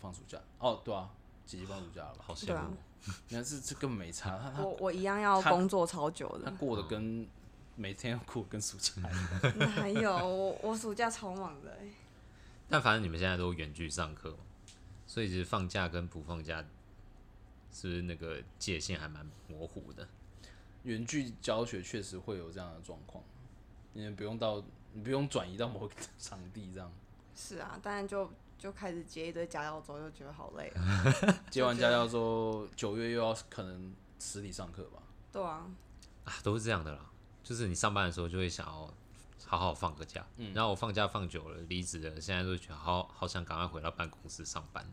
放暑假？哦，对啊，姐姐放暑假了吧？好羡对啊慕。但是这根本没差，他我他我一样要他工作超久他 的，过得跟每天要过得跟暑假一样。哪有我我暑假超忙的、欸，但反正你们现在都远距上课嘛，所以其实放假跟不放假，是不是那个界限还蛮模糊的？远距教学确实会有这样的状况，因为不用到你不用转移到某个场地 这样，是啊，但就就开始接一堆家教之后就觉得好累啊，接完家教之后，九月又要可能实体上课吧。对啊，啊，都是这样的啦。就是你上班的时候就会想要好好放个假，然后我放假放久了，离职了，现在就觉得好好想赶快回到办公室上班。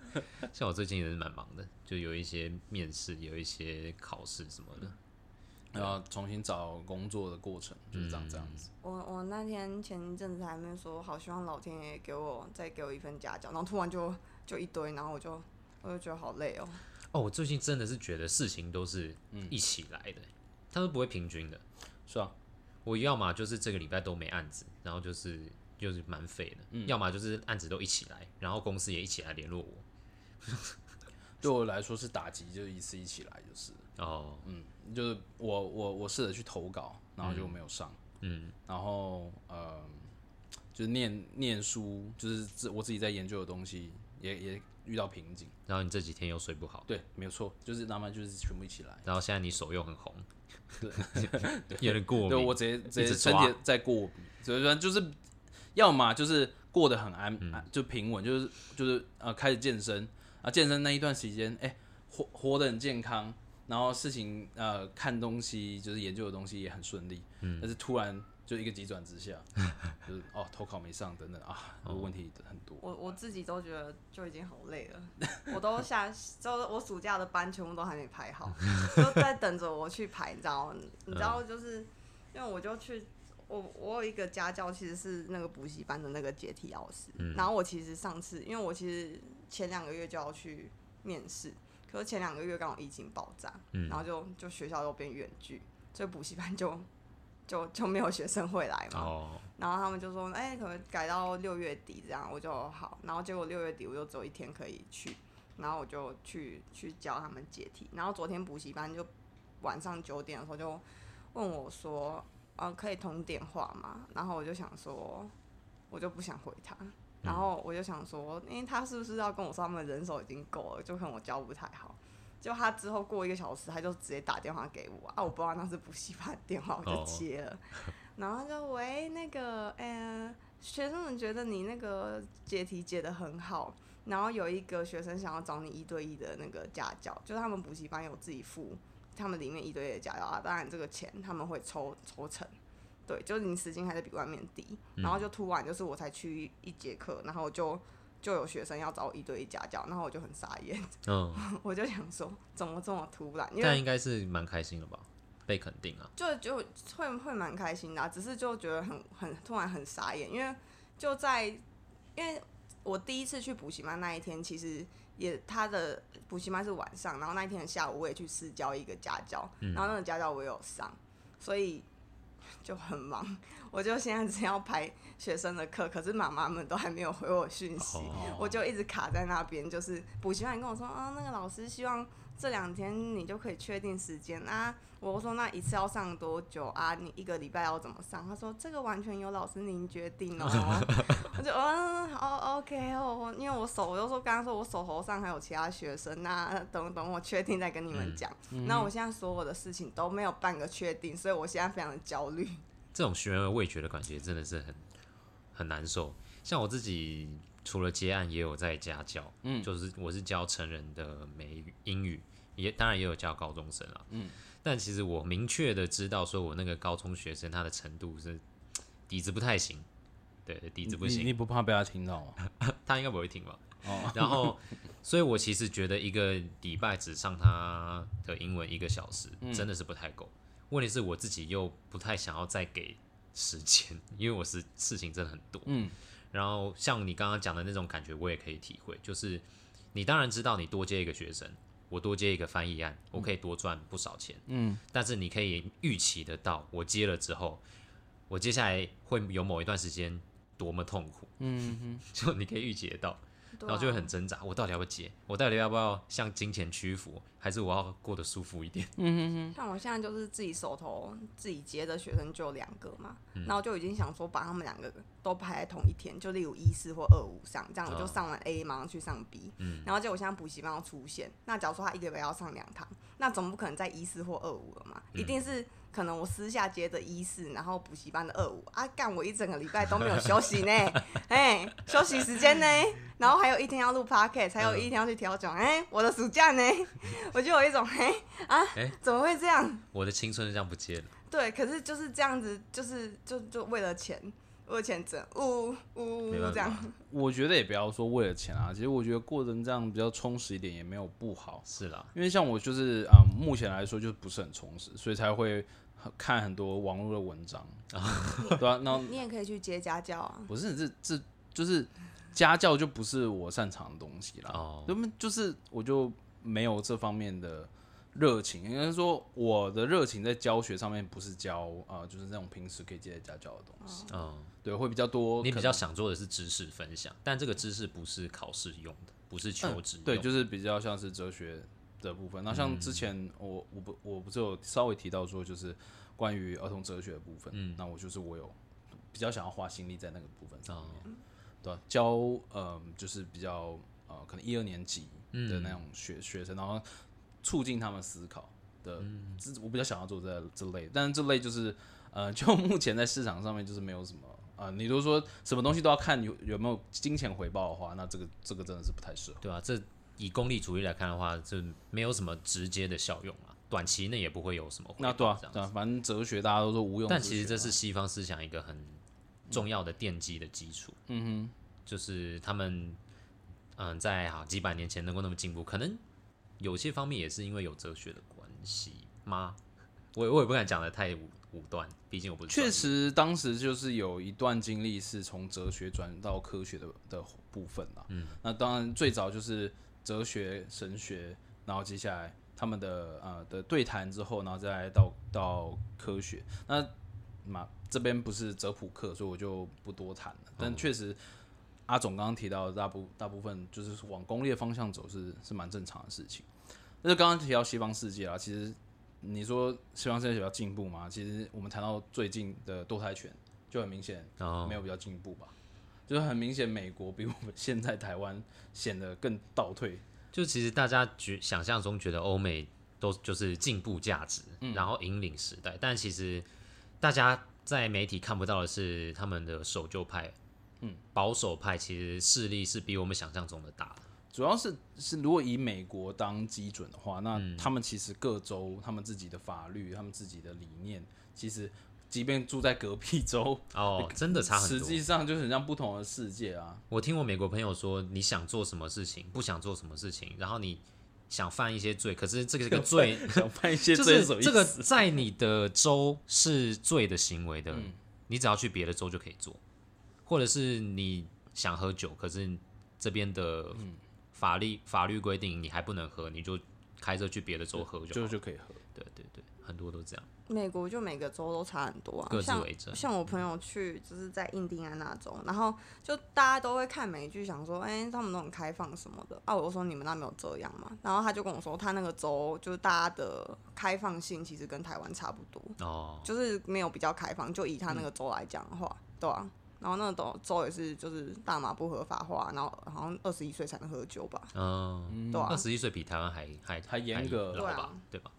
像我最近也是蛮忙的，就有一些面试，有一些考试什么的。然后重新找工作的过程就是长这样子。我我那天前一阵子还没说，好希望老天爷给我再给我一份家教，然后突然就就一堆，然后我就我就觉得好累哦、哦，我最近真的是觉得事情都是一起来的，它是不会平均的。是啊，我要么就是这个礼拜都没案子，然后就是就是蛮废的；嗯要么就是案子都一起来，然后公司也一起来联络我。对我来说是打击，就一次一起来就是，哦，嗯，就是我我我试着去投稿，然后就没有上，嗯，然后呃，就是念念书，就是自我自己在研究的东西也也遇到瓶颈。然后你这几天又睡不好，对，没有错，就是他们就是全部一起来。然后现在你手又很红，对， 有点过对敏。我直接直接一直身抓体在过敏，所以说就是要么就是过得很安、嗯安就平稳，就是就是呃开始健身啊，健身那一段时间，哎、活活得很健康，然后事情呃看东西就是研究的东西也很顺利，嗯但是突然就一个急转直 下，就是哦投考没上等等啊，哦问题很多。我我自己都觉得就已经好累了，我都下就是我暑假的班全部都还没排好，就在等着我去排，你知道吗？你知道就是因为我就去。我我有一个家教，其实是那个补习班的那个解题老师。然后我其实上次，因为我其实前两个月就要去面试，可是前两个月刚好疫情爆炸，然后就就学校都变远距，所以补习班就就就没有学生会来嘛。哦，然后他们就说，哎、可能改到六月底这样，我就好。然后结果六月底我就只有一天可以去，然后我就去去教他们解题。然后昨天补习班就晚上九点的时候就问我说，呃，可以通电话吗？然后我就想说，我就不想回他。然后我就想说，因为他是不是要跟我说他们人手已经够了，就可能我教不太好。就他之后过一个小时，他就直接打电话给我啊，我不知道那是补习班电话，我就哦接了。然后他就喂，那个，嗯、学生们觉得你那个解题解得很好，然后有一个学生想要找你一对一的那个家教，就是他们补习班有自己付他们里面一对一的家教啊，当然这个钱他们会抽抽成，对，就是你时薪还是比外面低，然后就突然就是我才去一节课，然后就就有学生要找我一对一家教，然后我就很傻眼， 嗯，我就想说怎么这么突然，因但为应该是蛮开心的吧？被肯定啊，就就会会蛮开心的啊、只是就觉得很很突然很傻眼，因为就在因为我第一次去补习班那一天，其实也他的补习班是晚上，然后那一天的下午我也去试教一个家教，然后那个家教我也有上，所以就很忙。我就现在只要排学生的课，可是妈妈们都还没有回我讯息，哦我就一直卡在那边。就是补习班跟我说，啊，那个老师希望这两天你就可以确定时间啊。我说那一次要上多久啊？你一个礼拜要怎么上？他说这个完全由老师您决定哦。我就嗯，好、OK 哦，我因为我手，我就说刚刚说我手头上还有其他学生那等等我确定再跟你们讲。那我现在所有的事情都没有半个确定，所以我现在非常的焦虑。这种悬而未决的感觉真的是很很难受。像我自己除了接案，也有在家教，嗯，就是我是教成人的美语、英语，也当然也有教高中生啊，嗯。但其实我明确的知道，说我那个高中学生他的程度是底子不太行，对，底子不你行。你不怕被他听到吗？他应该不会听吧。哦 然后，所以我其实觉得一个礼拜只上他的英文一个小时，真的是不太够。问题是我自己又不太想要再给时间， 因为我是事情真的很多。嗯，然后像你刚刚讲的那种感觉，我也可以体会，就是你当然知道你多接一个学生。我多接一个翻译案，我可以多赚不少钱。嗯，但是你可以预期得到，我接了之后，我 接下来会有某一段时间多么痛苦。就你可以预期得到。对然后就会啊很挣扎，我到底要不要接？我到底要不要向金钱屈服，还是我要过得舒服一点？ 像我现在就是自己手头自己接的学生就有两个嘛，然后就已经想说把他们两个都排在同一天，就例如一四或二五上，这样我就哦上完 A 马上去上 B，、然后结果现在补习班要出现，那假如说他一个礼拜要上两堂，那总不可能在一四或二五了嘛，一定是可能我私下接的一四，然后补习班的二五啊，干我一整个礼拜都没有休息呢，哎、休息时间呢，然后还有一天要录 podcast，还有一天要去调整，哎、我的暑假呢， 我就有一种哎、啊、哎怎么会这样？我的青春就这样不见了。对，可是就是这样子，就是就就为了钱，为了钱整，呜呜呜没呜办这样。我觉得也不要说为了钱啊，其实我觉得过成这样比较充实一点也没有不好，是啦，因为像我就是啊、嗯目前来说就不是很充实，所以才会很看很多网络的文 章，对啊，那你你也可以去接家教啊，不是这这就是家教就不是我擅长的东西啦，哦那么就是我就没有这方面的热情，应该说我的热情在教学上面不是教啊、呃就是那种平时可以接家教的东西，嗯，对，会比较多，你比较想做的是知识分享，但这个知识不是考试用的，不是求职用的、嗯对，就是比较像是哲学的部分。那像之前我我不我不是有稍微提到说，就是关于儿童哲学的部分，嗯，那我就是我有比较想要花心力在那个部分上面，对、啊，教嗯、就是比较呃可能一二年级的那种学、学生，然后促进他们思考的，这我比较想要做这这类，但是这类就是呃 就目前在市场上面就是没有什么。啊、你如果说什么东西都要看有有没有金钱回报的话，那这个这个真的是不太适合。对啊，这以功利主义来看的话，这没有什么直接的效用啊，短期内也不会有什么回报那对啊这，样对啊，反正哲学大家都说无用之学嘛，啊但其实这是西方思想一个很重要的奠基的基础。嗯哼，就是他们嗯在好几百年前能够那么进步，可能有些方面也是因为有哲学的关系吗？我我也不敢讲的太武武断，毕竟我不是专确业。实当时就是有一段经历是从哲学转到科学的的部分啦。嗯，那当然最早就是哲学、神学，然后接下来他们的呃的对谈之后，然后再来到到科学。那嘛这边不是哲普课，所以我就不多谈哦了。但确实。阿总刚刚提到的大部大部分就是往攻略方向走是是蛮正常的事情，但是刚刚提到西方世界啊，其实你说西方世界比较进步吗？其实我们谈到最近的堕胎权，就很明显然后没有比较进步吧，就是很明显美国比我们现在台湾显得更倒退。就其实大家觉想象中觉得欧美都就是进步价值，嗯然后引领时代，但其实大家在媒体看不到的是他们的守旧派，嗯，保守派其实势力是比我们想象中的大。主要是是如果以美国当基准的话，那嗯他们其实各州他们自己的法律、他们自己的理念，其实即便住在隔壁州，哦，真 的差很实多。际上就是很像不同的世界啊。我听我美国朋友说，你想做什么事情，不想做什么事情，然后你想犯一些罪，可是这个这 个罪想办一些就追是手意这个思在你的州是罪的行为的，嗯你只要去别的州就可以做，或者是你想喝酒，可是这边的嗯法律法律规定你还不能喝，你就开车去别的州喝就好就就可以喝。对对对，很多都这样，美国就每个州都差很多啊，各自像为政像我朋友去就是在印第安纳州，然后就大家都会看美剧，想说，哎、他们都很开放什么的啊。我就说你们那没有这样嘛，然后他就跟我说，他那个州就是大家的开放性其实跟台湾差不多，哦，就是没有比较开放，就以他那个州来讲的话，对啊。然后那个州州也是就是大麻不合法化，然后好像二十一岁才能喝酒吧，嗯，对啊二，十一岁比台湾还还还严格老对啊吧，对吧？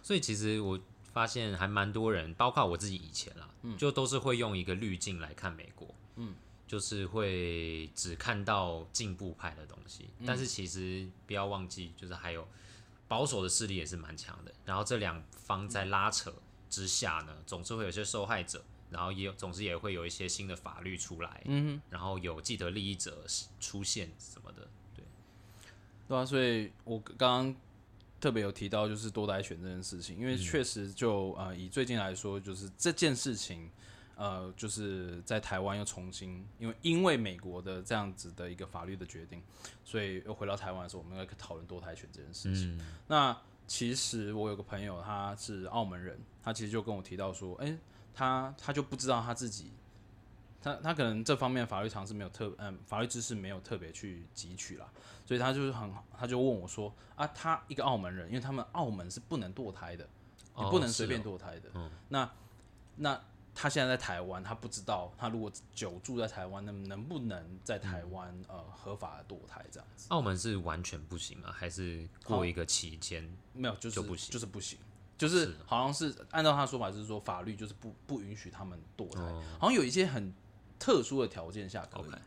所以其实我发现还蛮多人，包括我自己以前啦，就都是会用一个滤镜来看美国，嗯，就是会只看到进步派的东西，但是其实不要忘记，就是还有保守的势力也是蛮强的，然后这两方在拉扯之下呢，总是会有一些受害者。然后也有，总是也会有一些新的法律出来，嗯，然后有既得利益者出现什么的，对，对啊，所以我刚刚特别有提到就是多代选这件事情，因为确实就呃以最近来说，就是这件事情呃就是在台湾又重新，因为因为美国的这样子的一个法律的决定，所以又回到台湾的时候，我们来讨论多胎权这件事情。那其实我有个朋友，他是澳门人，他其实就跟我提到说，哎、他他就不知道他自己他他可能这方面法律常识没有特嗯、法律知识没有特别去汲取啦，所以他就是很他就问我说啊，他一个澳门人，因为他们澳门是不能堕胎的，你哦不能是随便哦堕胎的。那那他现在在台湾，他不知道他如果久住在台湾，能能不能在台湾、呃合法的堕胎这样子？澳门是完全不行吗？还是过一个期间？没有，就是就不行就是不行，就是是好像是按照他的说法，就是说法律就是不不允许他们堕胎，哦好像有一些很特殊的条件下可以。 OK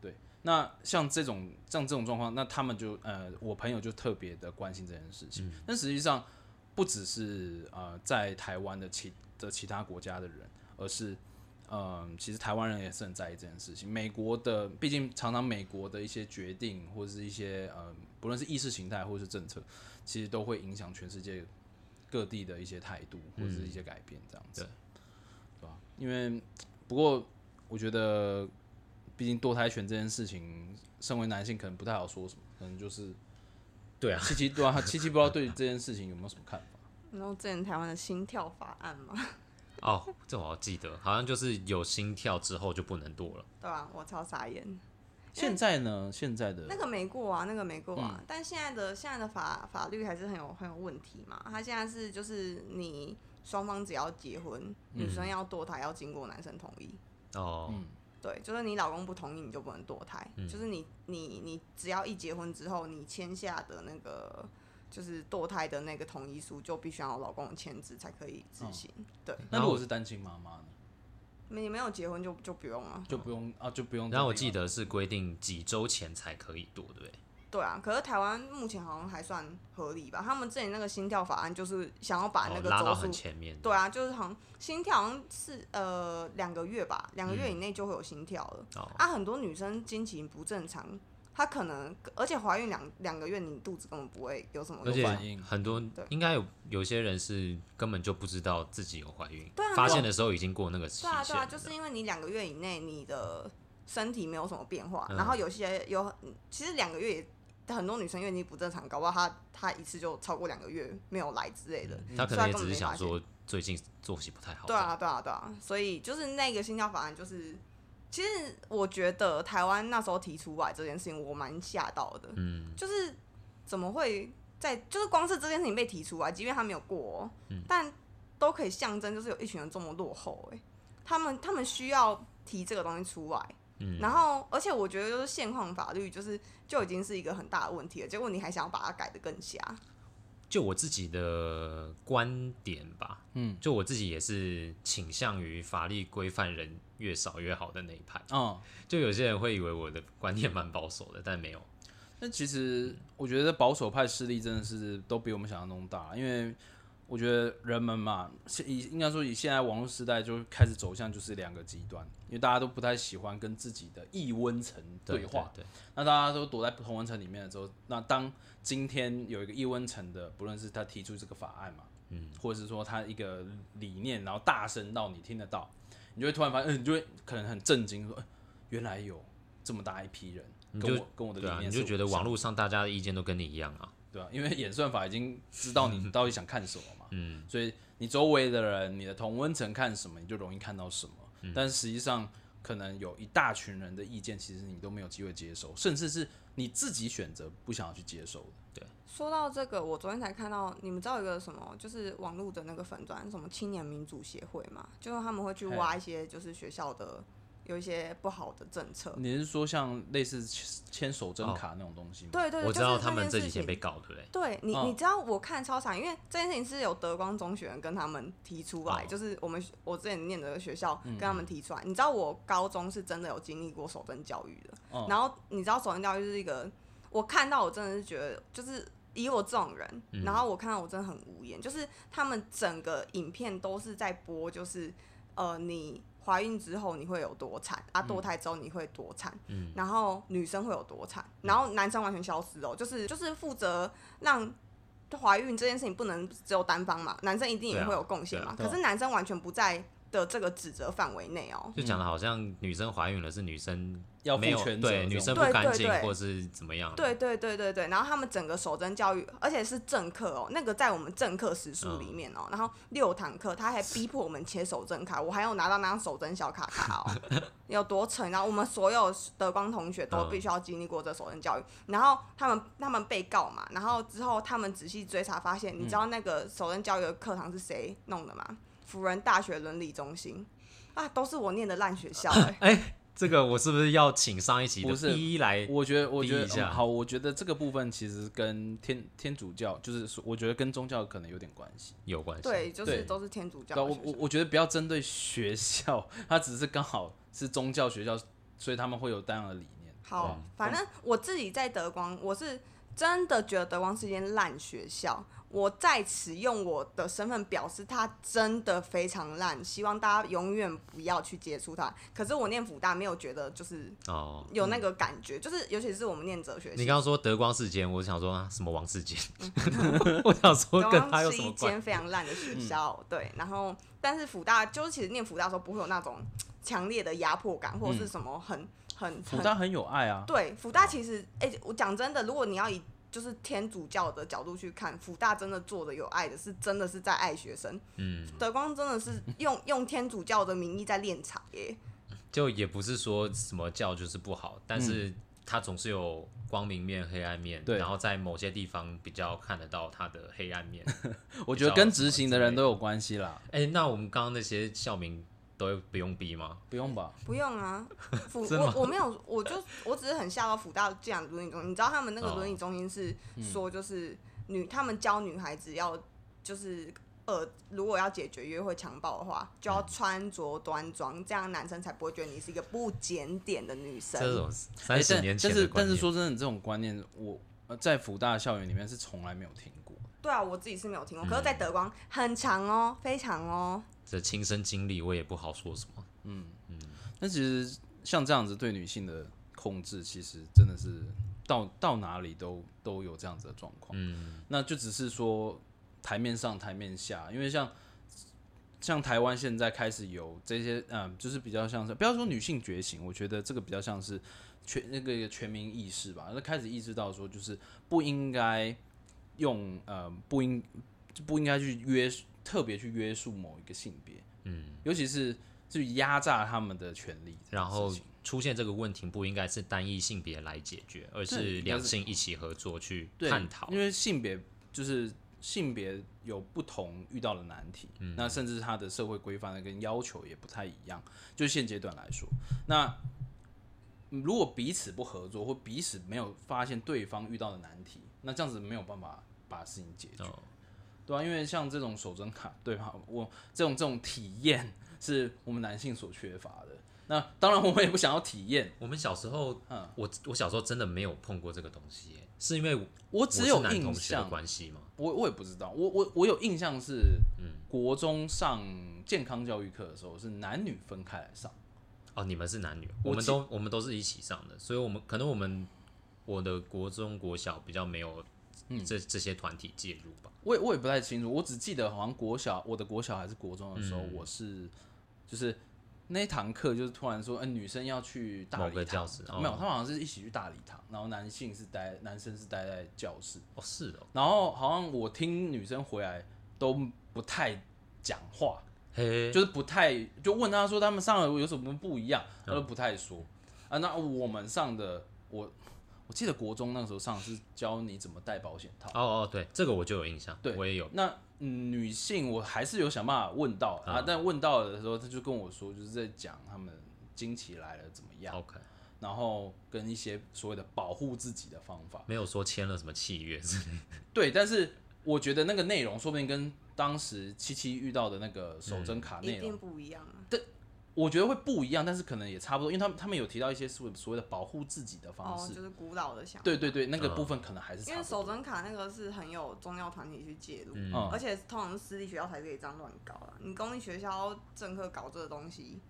对，那像这种像这种状况，那他们就呃，我朋友就特别的关心这件事嗯情。但实际上，不只是呃在台湾的其的其他国家的人，而是嗯，其实台湾人也是很在意这件事情。美国的，毕竟常常美国的一些决定或者是一些呃，不论是意识形态或是政策，其实都会影响全世界各地的一些态度或者是一些改变，这样子，嗯对对吧？啊因为不过我觉得，毕竟堕胎权这件事情，身为男性可能不太好说什么，可能就是对啊，七七对啊，七七不知道对这件事情有没有什么看法？然后之前台湾的心跳法案嘛，哦，这我好记得，好像就是有心跳之后就不能剁了。 对啊，我超傻眼。现在呢？现在的那个没过啊，那个没过啊。但现在的现在的法法律还是很有很有问题嘛。他现在是就是你双方只要结婚，女生要堕胎要经过男生同意。哦，嗯对，就是你老公不同意，你就不能堕胎。嗯就是你你你只要一结婚之后，你签下的那个就是堕胎的那个同意书，就必须要有老公的签字才可以执哦行。对，那如果是单亲妈妈呢？你没有结婚就就不用啊。就不用啊，就不用这个了。然后我记得是规定几周前才可以剁，对不对？对啊，可是台湾目前好像还算合理吧？他们之前那个心跳法案就是想要把那哦个拉到周很数前面。对啊，就是好像心跳好像是呃两个月吧，两个月以内就会有心跳了。嗯哦啊，很多女生经期不正常，她可能而且怀孕两两个月，你肚子根本不会有什么而且反应很多对应该有有些人是根本就不知道自己有怀孕，对啊发现的时候已经过那个期对啊，对限啊，了。就是因为你两个月以内你的身体没有什么变嗯化，然后有些有其实两个月也很多女生月经不正常，搞不好她她一次就超过两个月没有来之类的。他可所以能他也根只本没是想发现说最近作息不太好。对啊，对啊，对啊，所以就是那个心跳法案，就是其实我觉得台湾那时候提出来这件事情，我蛮吓到的。嗯，就是怎么会在就是光是这件事情被提出来，即便他没有过、哦，但都可以象征就是有一群人这么落后、欸。他们他们需要提这个东西出来。嗯、然后，而且我觉得就是现况法律就是就已经是一个很大的问题了，结果你还想要把它改得更瞎，就我自己的观点吧，嗯，就我自己也是倾向于法律规范人越少越好的那一派。嗯，就有些人会以为我的观念蛮保守的，但没有。那其实我觉得保守派势力真的是都比我们想象中大，因为我觉得人们嘛，现以应该说以现在网络时代就开始走向就是两个极端，因为大家都不太喜欢跟自己的异温层对话，对，那大家都躲在同温层里面的时候，那当今天有一个异温层的，不论是他提出这个法案嘛，嗯，或者是说他一个理念，然后大声到你听得到，你就会突然发现，嗯、你就会可能很震惊，说、呃原来有这么大一批人你跟就我跟我的理对啊，念你是就我觉相同的，得网络上大家的意见都跟你一样啊。对啊，因为演算法已经知道嗯你到底想看什么嘛，嗯，所以你周围的人，你的同温层看什么，你就容易看到什么。嗯但实际上，可能有一大群人的意见，其实你都没有机会接收，甚至是你自己选择不想要去接受的。说到这个，我昨天才看到，你们知道有一个什么，就是网络的那个粉砖，什么青年民主协会嘛，就是他们会去挖一些就是学校的有一些不好的政策。你是说像类似签签手哦真卡那种东西吗？对对对，我知道就是他们件这事几天情被告，对不对？对你，嗯你知道我看超场，因为这件事情是有德光中学人跟他们提出来，哦就是我们我之前念的学校跟他们提出来。你知道我高中是真的有经历过守正教育的，哦然后你知道守正教育是一个，我看到我真的是觉得就是。以我这种人，然后我看到我真的很无言，就是他们整个影片都是在播，就是呃，你怀孕之后你会有多惨啊，嗯堕胎之后你会多惨，然后女生会有多惨，嗯然后男生完全消失哦，就是就是负责让怀孕这件事情不能只有单方嘛，男生一定也会有贡献对嘛，啊对啊可是男生完全不在的这个指责范围内哦。就讲的好像女生怀孕了是女生嗯要负没有全责这对种，女生不对干对净对或是怎么样，对，对对对对，然后他们整个守贞教育，而且是正课哦，那个在我们正课时数嗯里面哦，然后六堂课他还逼迫我们切守贞卡，我还有拿到那张守贞小卡卡 哦，有多沉然后我们所有德光同学都嗯，必须要经历过这守贞教育，然后他们他们被告嘛，然后之后他们仔细追查发现，你知嗯道那个守贞教育的课堂是谁弄的吗？辅仁大学伦理中心啊，都是我念的烂学校、 欸哎、这个我是不是要请上一集的不是 B 来？我觉得，我觉得、逼一下嗯好，我觉得这个部分其实跟天天主教，就是说我觉得跟宗教可能有点关系。有关系，对，就是对都是天主教对啊，的我学我校。我觉得不要针对学校，它只是刚好是宗教学校，所以他们会有这样的理念。好嗯，反正我自己在德光，我是真的觉得德光是一间烂学校。我在此用我的身份表示，它真的非常烂，希望大家永远不要去接触它。可是我念辅大没有觉得就是哦。有那个感觉，就是尤其是我们念哲学你系，刚刚说德光事件，我想说啊什么王 世坚，我想说德跟他有光什是么一关？嗯间非常烂的学校，对。然后，但是辅大就是其实念辅大的时候不会有那种强烈的压迫感，或者是嗯什么很、很福很大很有爱啊，对，福大其实，哎、我讲真的，如果你要以就是天主教的角度去看，福大真的做的有爱的是真的是在爱学生，嗯，德光真的是用用天主教的名义在练茶耶。就也不是说什么教就是不好，但是它总是有光明面、黑暗面，嗯对然后在某些地方比较看得到它的黑暗面。我觉得跟执行的人都有关系啦，哎、那我们刚刚那些校名都不用逼吗？不用吧？不用啊， 辅真的我我没有，我就我只是很吓到福大这样伦理中心，你知道他们那个哦伦理中心是说就是女，他们教女孩子要就是呃，如果要解决约会强暴的话，就嗯要穿着端庄，这样男生才不会觉得你是一个不检点的女生。这种三哎十但年前但的是观但是念，说真的，这种观念我呃在福大校园里面是从来没有听过。对啊，我自己是没有听嗯过，可是，在德光很长哦，非常哦。这亲身经历我也不好说什么。但其实像这样子对女性的控制，其实真的是到到哪里都都有这样子的状况。嗯，那就只是说台面上、台面下，因为像像台湾现在开始有这些，嗯、就是比较像是不要说女性觉醒，我觉得这个比较像是全那个全民意识吧，那开始意识到说就是不应该用呃不应就不应该去约特别去约束某一个性别，嗯，尤其是去压榨他们的权利这件事情，然后出现这个问题不应该是单一性别来解决，而对是两性一起合作去对探讨因。为性别就是性别有不同遇到的难题，嗯那甚至它的社会规范跟要求也不太一样。就现阶段来说，那嗯如果彼此不合作，或彼此没有发现对方遇到的难题，那这样子没有办法把事情解决，哦对啊，因为像这种手针卡，对吧？我这种这种体验是我们男性所缺乏的。那当然，我们也不想要体验。我们小时候，嗯我我小时候真的没有碰过这个东西耶，是因为我我哦只有是男印同学的象，关系吗？我我也不知道，我我我有印象是，嗯国中上健康教育课的时候是男女分开来上，哦，你们是男女，我我们记都我们都是一起上的，所以我们可能我们我的国中国小比较没有嗯这、这些团体介入吧。我也我也不太清楚，我只记得好像国小我的国小还是国中的时候，嗯我是就是那一堂课就是突然说，嗯、女生要去大某礼个堂教室没有，哦他们好像是一起去大礼堂，然后男性是待男生是待在教室，哦，是哦，然后好像我听女生回来都不太讲话，嘿，就是不太就问他说他们上的有什么不一样，他都不太说啊。那我们上的我我记得国中那时候上的是教你怎么戴保险套，哦哦，对，这个我就有印象，对我也有，那、嗯女性我还是有想办法问到啊，嗯但问到的时候他就跟我说就是在讲他们经期来了怎么样， OK，然后跟一些所谓的保护自己的方法。没有说签了什么契约之类的，对，但是我觉得那个内容说不定跟当时七七遇到的那个手针卡一内容定不一样啊！我觉得会不一样，但是可能也差不多，因为他们他们有提到一些所所谓的保护自己的方哦，式，就是古老的想法。对对对，那个部分可能还是因差为不守多。贞卡那个是很有宗教团体去介入，嗯嗯而且通常是私立学校才可以这样乱搞啊。你公立学校政客搞这个东西，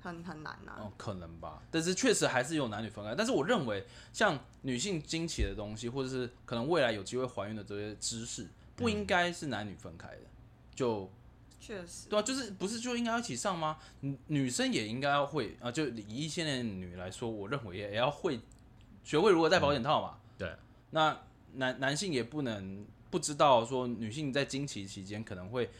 很很难啊呐、哦，可能吧，但是确实还是有男女分开。但是我认为，像女性经期的东西，或者是可能未来有机会怀孕的这些知识，不应该是男女分开的。就确实，对啊，就是不是就应该要一起上吗？女女生也应该要会啊，就以现在的女来说，我认为也也要会学会如何戴保险套嘛。对，啊那男男性也不能不知道说女性在经期期间可能会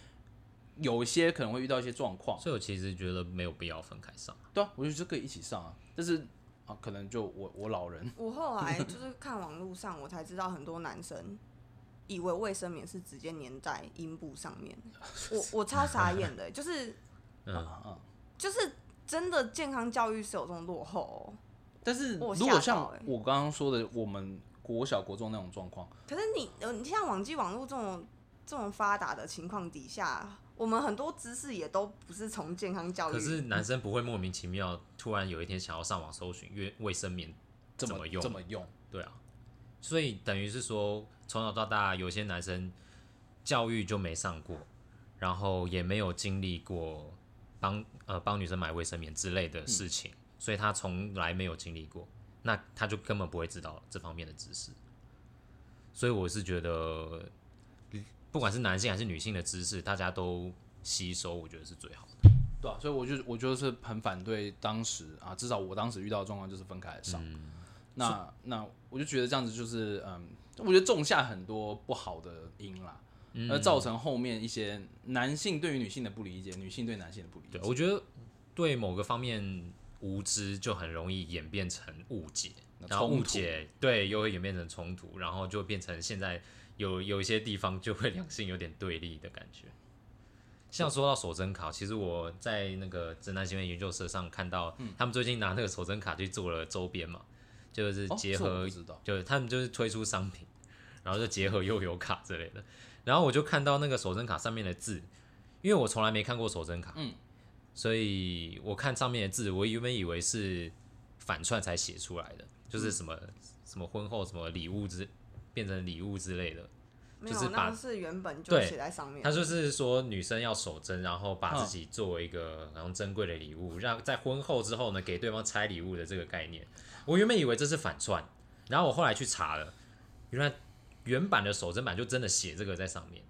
有一些可能会遇到一些状况，所以我其实觉得没有必要分开上。对啊，我觉得这可以一起上啊，但是啊，可能就我我老人我后来 就是看网络上，我才知道很多男生以为卫生棉是直接粘在阴部上面，我我超傻眼的，就是啊嗯，啊，就是真的健康教育是有这种落后、哦，但是我如果吓像到欸我刚刚说的，我们国小国中那种状况，可是你呃你像网际网络这种这种发达的情况底下，我们很多知识也都不是从健康教育，可是男生不会莫名其妙突然有一天想要上网搜寻约卫生棉，怎怎么用怎么用？对啊，所以等于是说从小到大有些男生教育就没上过，然后也没有经历过帮呃帮女生买卫生棉之类的事情，所以他从来没有经历过，那他就根本不会知道这方面的知识。所以我是觉得，不管是男性还是女性的知识，大家都吸收，我觉得是最好的。对啊，所以我就我就是很反对当时啊，至少我当时遇到的状况就是分开来上。嗯那那我就觉得这样子就是嗯，我觉得种下很多不好的因啦，嗯而造成后面一些男性对于女性的不理解，女性对男性的不理对，解。我觉得对某个方面无知就很容易演变成误解，那然后误冲突解对又会演变成冲突，然后就变成现在有有一些地方就会两性有点对立的感觉。像说到守贞卡，其实我在那个直男行为研究社上看到，嗯他们最近拿那个守贞卡去做了周边嘛，就是哦结这我合不知道，就是他们就是推出商品，然后就结合悠游卡之类的。然后我就看到那个守贞卡上面的字，因为我从来没看过守贞卡，嗯，所以我看上面的字，我原本以为是反串才写出来的，就是什么、什么婚后什么礼物之变成礼物之类的。没有就是把那个是原本就对写在上面他，就是说女生要守贞，然后把自己作为一个然后珍贵的礼物，让在婚后之后呢，给对方拆礼物的这个概念。我原本以为这是反串，然后我后来去查了，原来原版的守贞版就真的写这个在上面。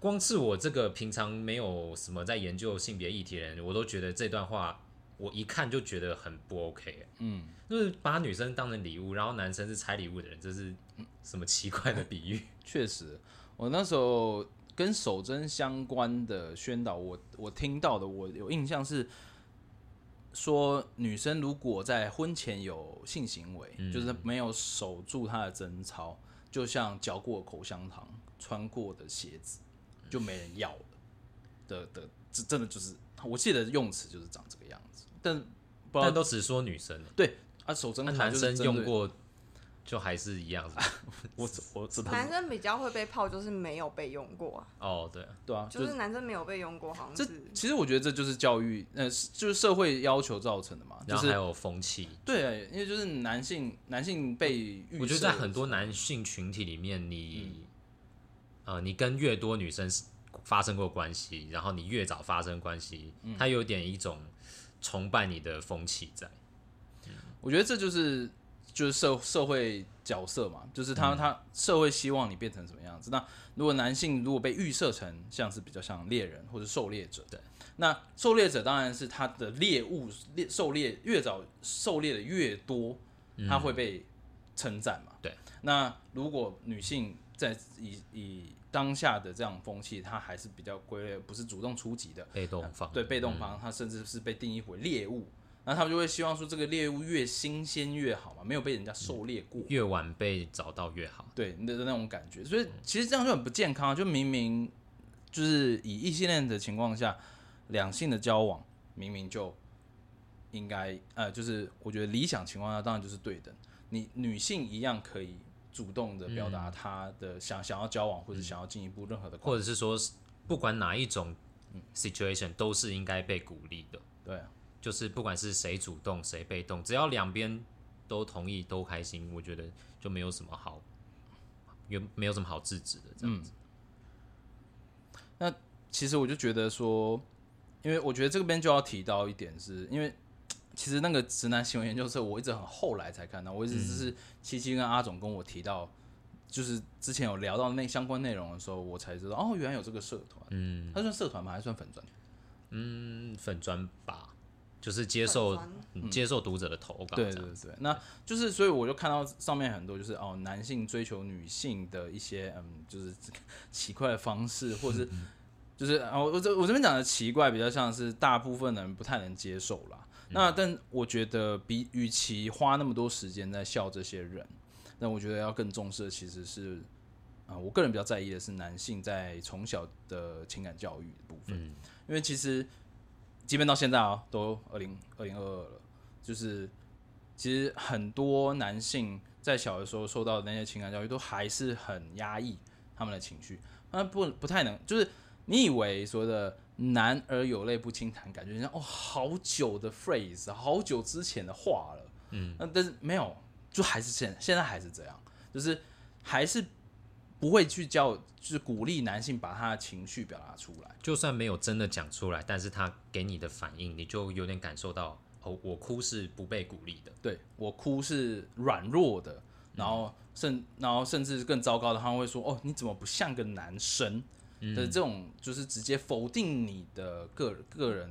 光是我这个平常没有什么在研究性别议题的人，我都觉得这段话我一看就觉得很不 OK，嗯，就是把女生当成礼物，然后男生是拆礼物的人，这是什么奇怪的比喻？确实，我那时候跟守贞相关的宣导，我我听到的，我有印象是说，女生如果在婚前有性行为，嗯就是没有守住她的贞操，就像嚼过口香糖、穿过的鞋子，就没人要了的的，这真的就是，我记得用词就是长这个样子，但 不知但道都只说女生、对啊，守贞那卡男就是生针用对， 过，就还是一样是吧我我知道，男生比较会被泡，就是没有被用过啊，哦，对，对啊，就是男生没有被用过，好像这是其实我觉得这就是教育，呃，是就是社会要求造成的嘛，就然后还是有风气。对，因为就是男性男性被预我觉设嗯得在的很多时候男性群体里面，你、呃，你跟越多女生是发生过关系，然后你越早发生关系，嗯他有点一种崇拜你的风气在。我觉得这就是就是社社会角色嘛，就是他、嗯他社会希望你变成什么样子。那如果男性如果被预设成像是比较像猎人或者狩猎者，对，那狩猎者当然是他的猎物猎狩猎越早狩猎的越多，他会被称赞嘛。嗯对，那如果女性在以以当下的这样风气，她还是比较归类不是主动出击的，被动方对被动方，它甚至是被定义为猎物，那他们就会希望说这个猎物越新鲜越好嘛，没有被人家狩猎过，越晚被找到越好。对你的那种感觉，所以其实这样就很不健康啊，就明明就是以异性恋的情况下，两性的交往明明就应该呃，就是我觉得理想情况下当然就是对等，你女性一样可以主动的表达她的想、想要交往或者想要进一步任何的关或者是说，不管哪一种嗯 situation 都是应该被鼓励的，对啊就是不管是谁主动谁被动，只要两边都同意都开心，我觉得就没有什么好，也没有什么好制止的这嗯样子。其实我就觉得说，因为我觉得这边就要提到一点是，因为其实那个直男行为研究社，我一直很后来才看到，我一直是七七跟阿总跟我提到就是之前有聊到那相关内容的时候，我才知道哦，原来有这个社团。嗯它算社团吗？还是算粉专？嗯，粉砖吧，就是接受嗯粉接受读者的投嗯稿，对这对样，对，那就是所以我就看到上面很多就是哦，男性追求女性的一些嗯，就是 奇怪的方式，或者是嗯 就是啊，我我这我这边讲的奇怪，比较像是大部分人不太能接受啦。嗯那但我觉得比与其花那么多时间在笑这些人，那我觉得要更重视的其实是。啊、我个人比较在意的是男性在从小的情感教育的部分，嗯因为其实即便到现在啊、都二零二零二二了，就是其实很多男性在小的时候受到的那些情感教育，都还是很压抑他们的情绪，那不不太能，就是你以为说的“男儿有泪不轻弹”，感觉像哦好久的 phrase，好久之前的话了，嗯，那但是没有，就还是现现在还是这样，就是还是。不会去教，就是鼓励男性把他的情绪表达出来。就算没有真的讲出来，但是他给你的反应，你就有点感受到，哦，我哭是不被鼓励的，对我哭是软弱的，然后甚然后甚至更糟糕的，他们会说哦，你怎么不像个男生？的这种就是直接否定你的个个人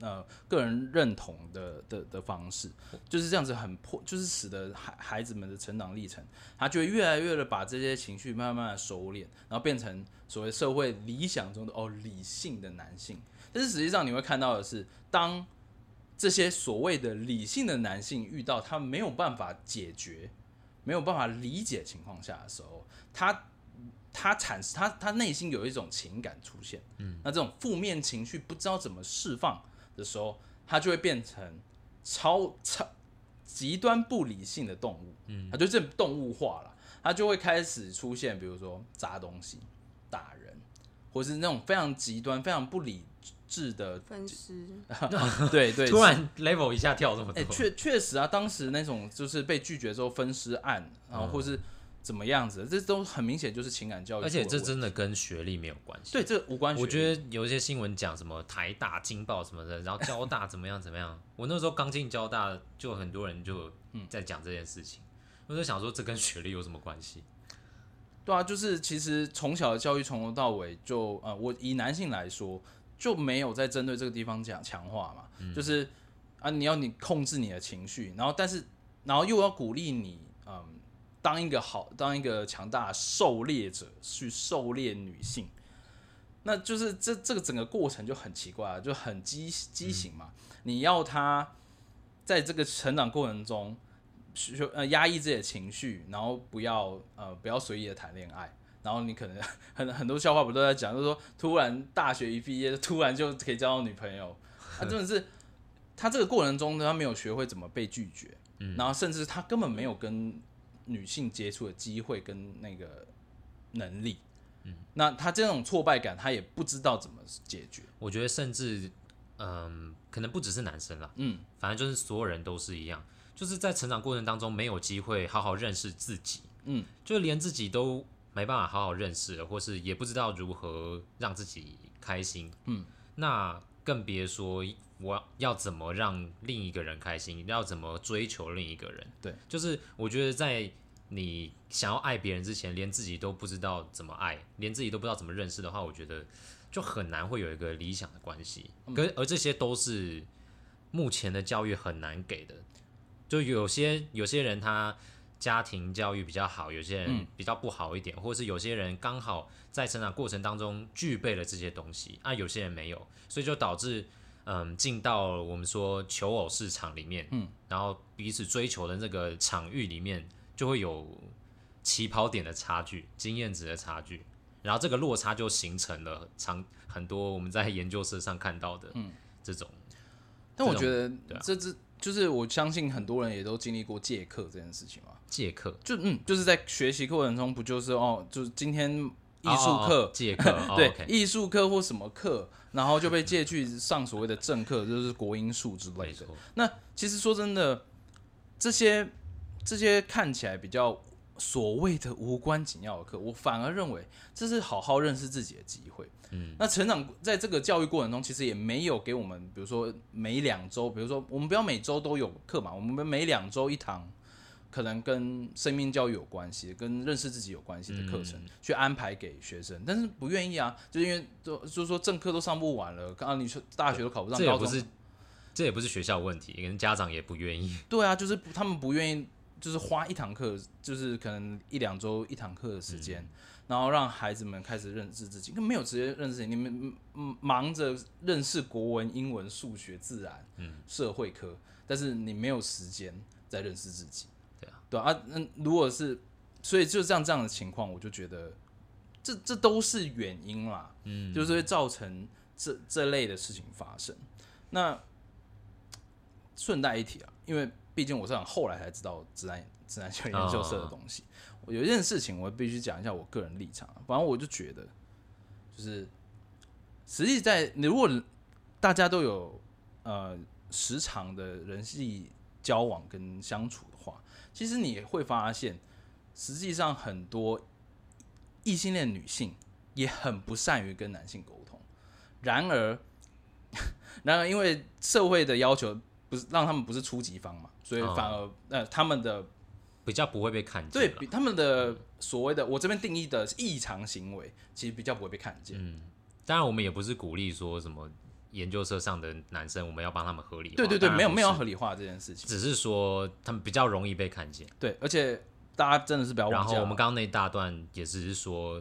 呃个人认同的的的方式，就是这样子很破，就是使得孩孩子们的成长历程，他就会越来越的把这些情绪慢慢的收敛，然后变成所谓社会理想中的哦理性的男性。但是实际上你会看到的是，当这些所谓的理性的男性遇到他没有办法解决、没有办法理解情况下的时候，他他产他他内心有一种情感出现，嗯，那这种负面情绪不知道怎么释放的时候，他就会变成超超极端不理性的动物，嗯，他就这动物化了，他就会开始出现，比如说砸东西、打人，或是那种非常极端、非常不理智 的，分尸，对对，突然 level 一下跳这么多，哎、确确实啊，当时那种就是被拒绝之后分尸案，然后或是怎么样子，这都很明显就是情感教育出嗯而了问且题。这真的跟学历没有关系，对这无关学历。我觉得有一些新闻讲什么台大惊爆什么的，然后交大怎么样怎么样。我那时候刚进交大，就很多人就嗯在讲这件事情。我就想说，这跟学历有什么关系？对啊，就是其实从小的教育从头到尾就呃，我以男性来说就没有在针对这个地方讲强化嘛，就是啊，你要你控制你的情绪，然后但是然后又要鼓励你，嗯，当一个好当一个强大的狩猎者去狩猎女性，那就是这这个整个过程就很奇怪啊，就很畸畸形嘛，你要他在这个成长过程中。学呃压抑自己的情绪，然后不要呃不要随意的谈恋爱。然后你可能很很多笑话不都在讲，就是说突然大学一毕业，突然就可以交到女朋友，他、真的是他这个过程中呢，他没有学会怎么被拒绝，嗯然后甚至他根本没有跟女性接触的机会跟那个能力，嗯，那他这种挫败感，他也不知道怎么解决，我觉得甚至，嗯，可能不只是男生啦，嗯，反正就是所有人都是一样，就是在成长过程当中没有机会好好认识自己，嗯，就连自己都没办法好好认识了，或是也不知道如何让自己开心，嗯，那更别说我要怎么让另一个人开心，要怎么追求另一个人，对，就是我觉得在。你想要爱别人之前，连自己都不知道怎么爱，连自己都不知道怎么认识的话，我觉得就很难会有一个理想的关系。跟而这些都是目前的教育很难给的。就有些有些人他家庭教育比较好，有些人比较不好一点，或是有些人刚好在成长过程当中具备了这些东西，啊，有些人没有，所以就导致。嗯，进到我们说求偶市场里面，嗯，然后彼此追求的那个场域里面，就会有起跑点的差距、经验值的差距，然后这个落差就形成了长很多我们在研究室上看到的，嗯，这种但我这种觉得对啊这这就是我相信很多人也都经历过借课这件事情嘛，借课、就嗯，就是在学习过程中，不就是哦，就是今天艺术哦哦哦课，借 课，哦对 OK，艺术课或什么课，然后就被借去上所谓的正课，就是国音数之类没的错。，那其实说真的，这些这些看起来比较所谓的无关紧要的课，我反而认为这是好好认识自己的机会。嗯，那成长在这个教育过程中，其实也没有给我们，比如说每两周，比如说我们不要每周都有课嘛，我们每两周一堂，可能跟生命教育有关系，跟认识自己有关系的课程、嗯去安排给学生，但是不愿意啊，就因为就就是说正课都上不完了，刚刚你说大学都考不上，这也高不中是这也不是学校问题，可能家长也不愿意。 对啊，就是不他们不愿意，就是花一堂课，就是可能一两周一堂课的时间，然后让孩子们开始认识自己，跟没有直接认识你们嗯嗯忙着认识国文、英文、数学、自然、社会科，但是你没有时间再认识自己。对啊，对啊，嗯，如果是所以就这样这样的情况，我就觉得这这都是原因啦，嗯，就是会造成这这类的事情发生。那顺带一提啊，因为毕竟我是很后来才知道直男直男修研究社的东西，哦我有一件事情我必须讲一下我个人立场啊。反正我就觉得，就是实际在你如果大家都有呃时常的人际交往跟相处的话，其实你会发现，实际上很多异性恋女性也很不善于跟男性沟通。然而， 然而因为社会的要求不是让他们不是初级方嘛，所以反哦而、呃他们的比较不会被看见对啦。比他们的所谓的我这边定义的异常行为，其实比较不会被看见。嗯当然我们也不是鼓励说什么研究社上的男生，我们要帮他们合理化。对对对，哦当然没有不没有要是，合理化这件事情。只是说他们比较容易被看见。对，而且大家真的是不要然忘后记啊，我们刚刚那一大段也只是说，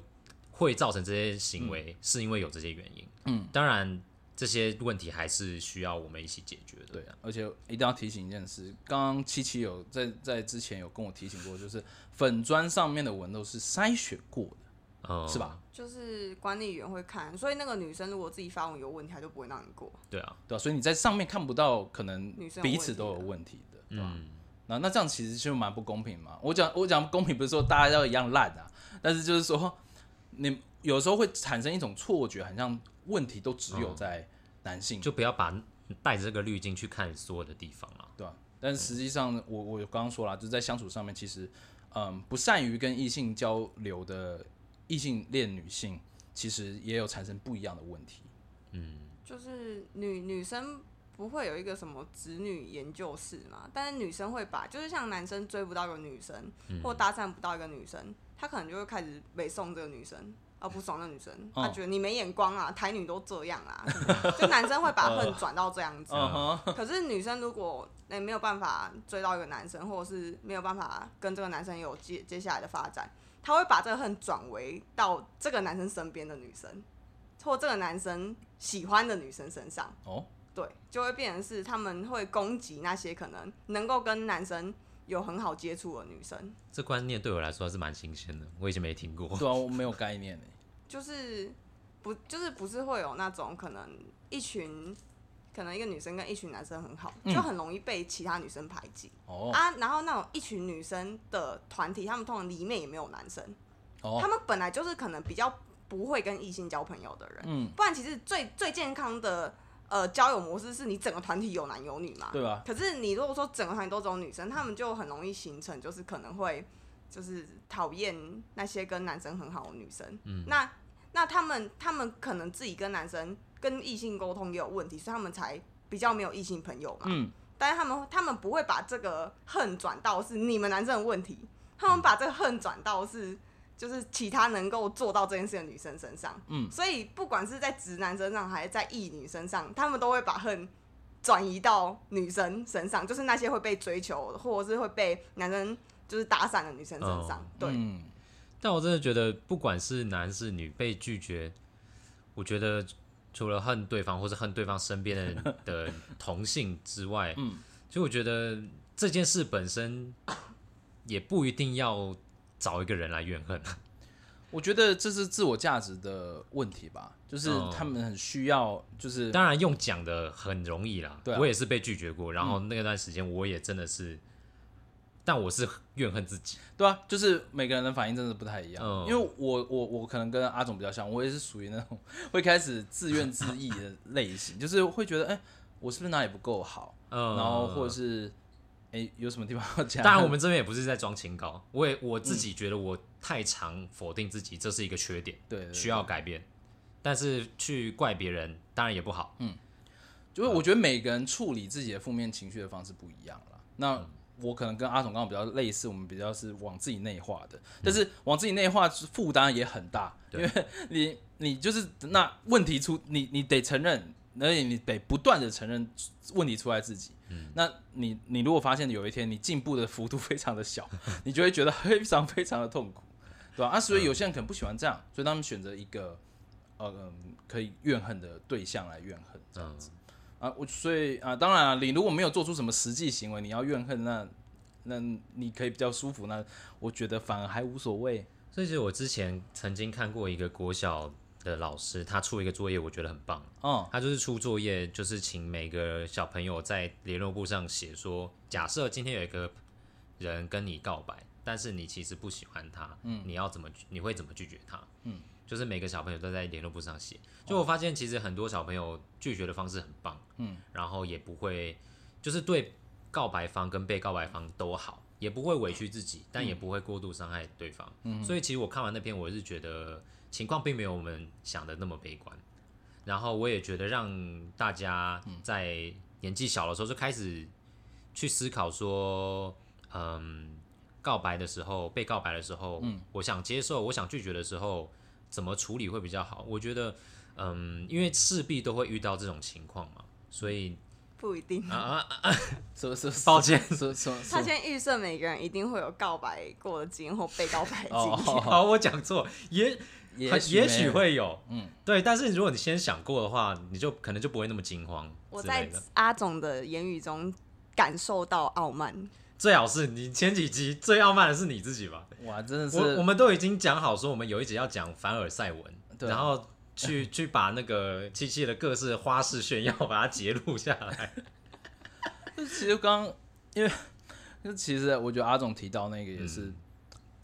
会造成这些行嗯为是因为有这些原因。嗯，当然这些问题还是需要我们一起解决的。对，啊而且一定要提醒一件事，刚刚七七有在在之前有跟我提醒过，就是粉砖上面的文都是筛选过的，嗯，是？吧？就是管理员会看，所以那个女生如果自己发文有问题，她就不会让你过。对啊，对吧、所以你在上面看不到，可能女生有彼问此题都有的问题的，对吧？嗯，那那这样其实就蛮不公平嘛。我讲我讲公平，不是说大家要一样烂啊，但是就是说，你有时候会产生一种错觉，很像问题都只有在男性，就不要把带着这个滤镜去看所有的地方啊。对吧、但是实际上，我我刚刚说了，就是在相处上面，其实，嗯，不善于跟异性交流的异性恋女性，其实也有产生不一样的问题。就是女女生不会有一个什么直女研究室嘛，但是女生会把，就是像男生追不到一个女生，或搭讪不到一个女生，他可能就会开始北送这个女生。啊，不爽那女生，哦他觉得你没眼光啊，台女都这样啊，什么就男生会把恨转到这样子。嗯哼， 可是女生如果哎、没有办法追到一个男生，或者是没有办法跟这个男生有接接下来的发展，她会把这个恨转为到这个男生身边的女生，或这个男生喜欢的女生身上。哦，对，就会变成是他们会攻击那些可能能够跟男生有很好接触的女生，这观念对我来说还是蛮新鲜的，我以前没听过。对啊，我没有概念诶。就是不就是不是会有那种可能一群。可能一个女生跟一群男生很好，就很容易被其他女生排挤、嗯哦啊。然后那种一群女生的团体，他们通常里面也没有男生，他哦，们本来就是可能比较不会跟异性交朋友的人。嗯，不然其实最最健康的呃交友模式是你整个团体有男有女嘛，对啊吧？可是你如果说整个团都只有女生，她们就很容易形成就是可能会就是讨厌那些跟男生很好的女生。嗯，那那他们他们可能自己跟男生跟异性沟通也有问题，所以他们才比较没有异性朋友嘛。嗯，但是他们他们不会把这个恨转到是你们男生的问题，他们把这个恨转到是。就是其他能够做到这件事的女生身上，嗯所以不管是在直男身上还是在异女身上，他们都会把恨转移到女生身上，就是那些会被追求或者是会被男生就是打散的女生身上。对，嗯但我真的觉得，不管是男是女，被拒绝，我觉得除了恨对方或是恨对方身边的 人的同性之外，嗯，所以我觉得这件事本身也不一定要找一个人来怨恨。我觉得这是自我价值的问题吧，就是哦他们很需要，就是当然，用讲的很容易啦，对啊嗯我也是被拒绝过，然后那段时间我也真的是，但我是怨恨自己，对啊，就是每个人的反应真的不太一样。嗯因为我我我可能跟阿总比较像，我也是属于那种 会开始自怨自艾的类型，就是会觉得，哎、我是不是哪里不够好？嗯，然后或者是，哎、有什么地方要加？当然，我们这边也不是在装清高，我也我嗯自己觉得我太常否定自己，这是一个缺点，对对对需要改变。但是去怪别人，当然也不好。就是我觉得每个人处理自己的负面情绪的方式不一样了。那我可能跟阿总刚好比较类似，我们比较是往自己内化的，但是往自己内化负担也很大，因对为你你就是那问题出，你你得承认，而且你得不断的承认问题出在自己。那你你如果发现有一天你进步的幅度 非常的小，你就会觉得非常非常的痛苦，对吧、啊，所以有些人可能不喜欢这样，所以他们选择一个呃嗯可以怨恨的对象来怨恨这样子。啊，我所以啊，当然、啊，你如果没有做出什么实际行为，你要怨恨，那那你可以比较舒服，那我觉得反而还无所谓。所以其实我之前曾经看过一个国小的老师，他出一个作业，我觉得很棒。嗯他就是出作业，就是请每个小朋友在联络簿上写说，假设今天有一个人跟你告白，但是你其实不喜欢他，嗯，你要怎么拒，你会怎么拒绝他？嗯，哦就是每个小朋友都在联络簿上写。就我发现，其实很多小朋友拒绝的方式很棒，嗯，然后也不会，就是对告白方跟被告白方都好，也不会委屈自己，嗯但也不会过度伤害对方。嗯，所以其实我看完那篇，我是觉得情况并没有我们想的那么悲观。然后我也觉得让大家在年纪小的时候就开始去思考说，嗯，告白的时候，被告白的时候，我想接受，我想拒绝的时候，怎么处理会比较好？我觉得，嗯，因为势必都会遇到这种情况嘛，所以不一定。啊啊，啊什么什么？抱歉什么什么？他先预设每个人一定会有告白过的经验或被告白的经验，哦好，我讲错，也也很许也没许有会有，嗯，对，但是如果你先想过的话，你就可能就不会那么惊慌我之类在的。阿总的言语中感受到傲慢。最好是你前几集最傲慢的是你自己吧。哇，真的是我我们都已经讲好说，我们有一集要讲凡尔赛文，对然后去去把那个七七的各式花式炫耀把它截录下来。 就其实刚因为就其实我觉得阿总提到那个也是，嗯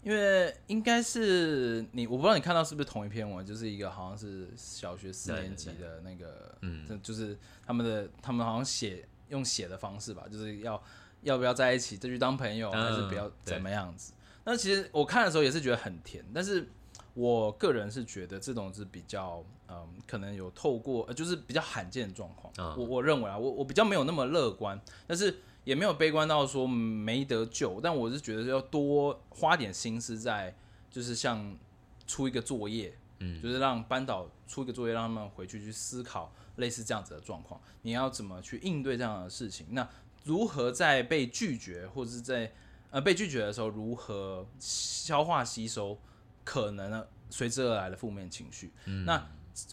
因为应该是你，我不知道你看到是不是同一篇文，就是一个好像是小学四对年级对的那个，嗯这就是他们的他们好像写用写的方式吧，就是要要不要在一起，再去当朋友，嗯还是不要对怎么样子。那其实我看的时候也是觉得很甜，但是我个人是觉得这种是比较，嗯，可能有透过，呃、就是比较罕见的状况。嗯我我认为啊，我我比较没有那么乐观，但是也没有悲观到说没得救。但我是觉得要多花点心思在，就是像出一个作业，嗯，就是让班导出一个作业，让他们回去去思考类似这样子的状况，你要怎么去应对这样的事情？那如何在被拒绝或者是在呃被拒绝的时候，如何消化吸收可能呢随之而来的负面情绪？嗯那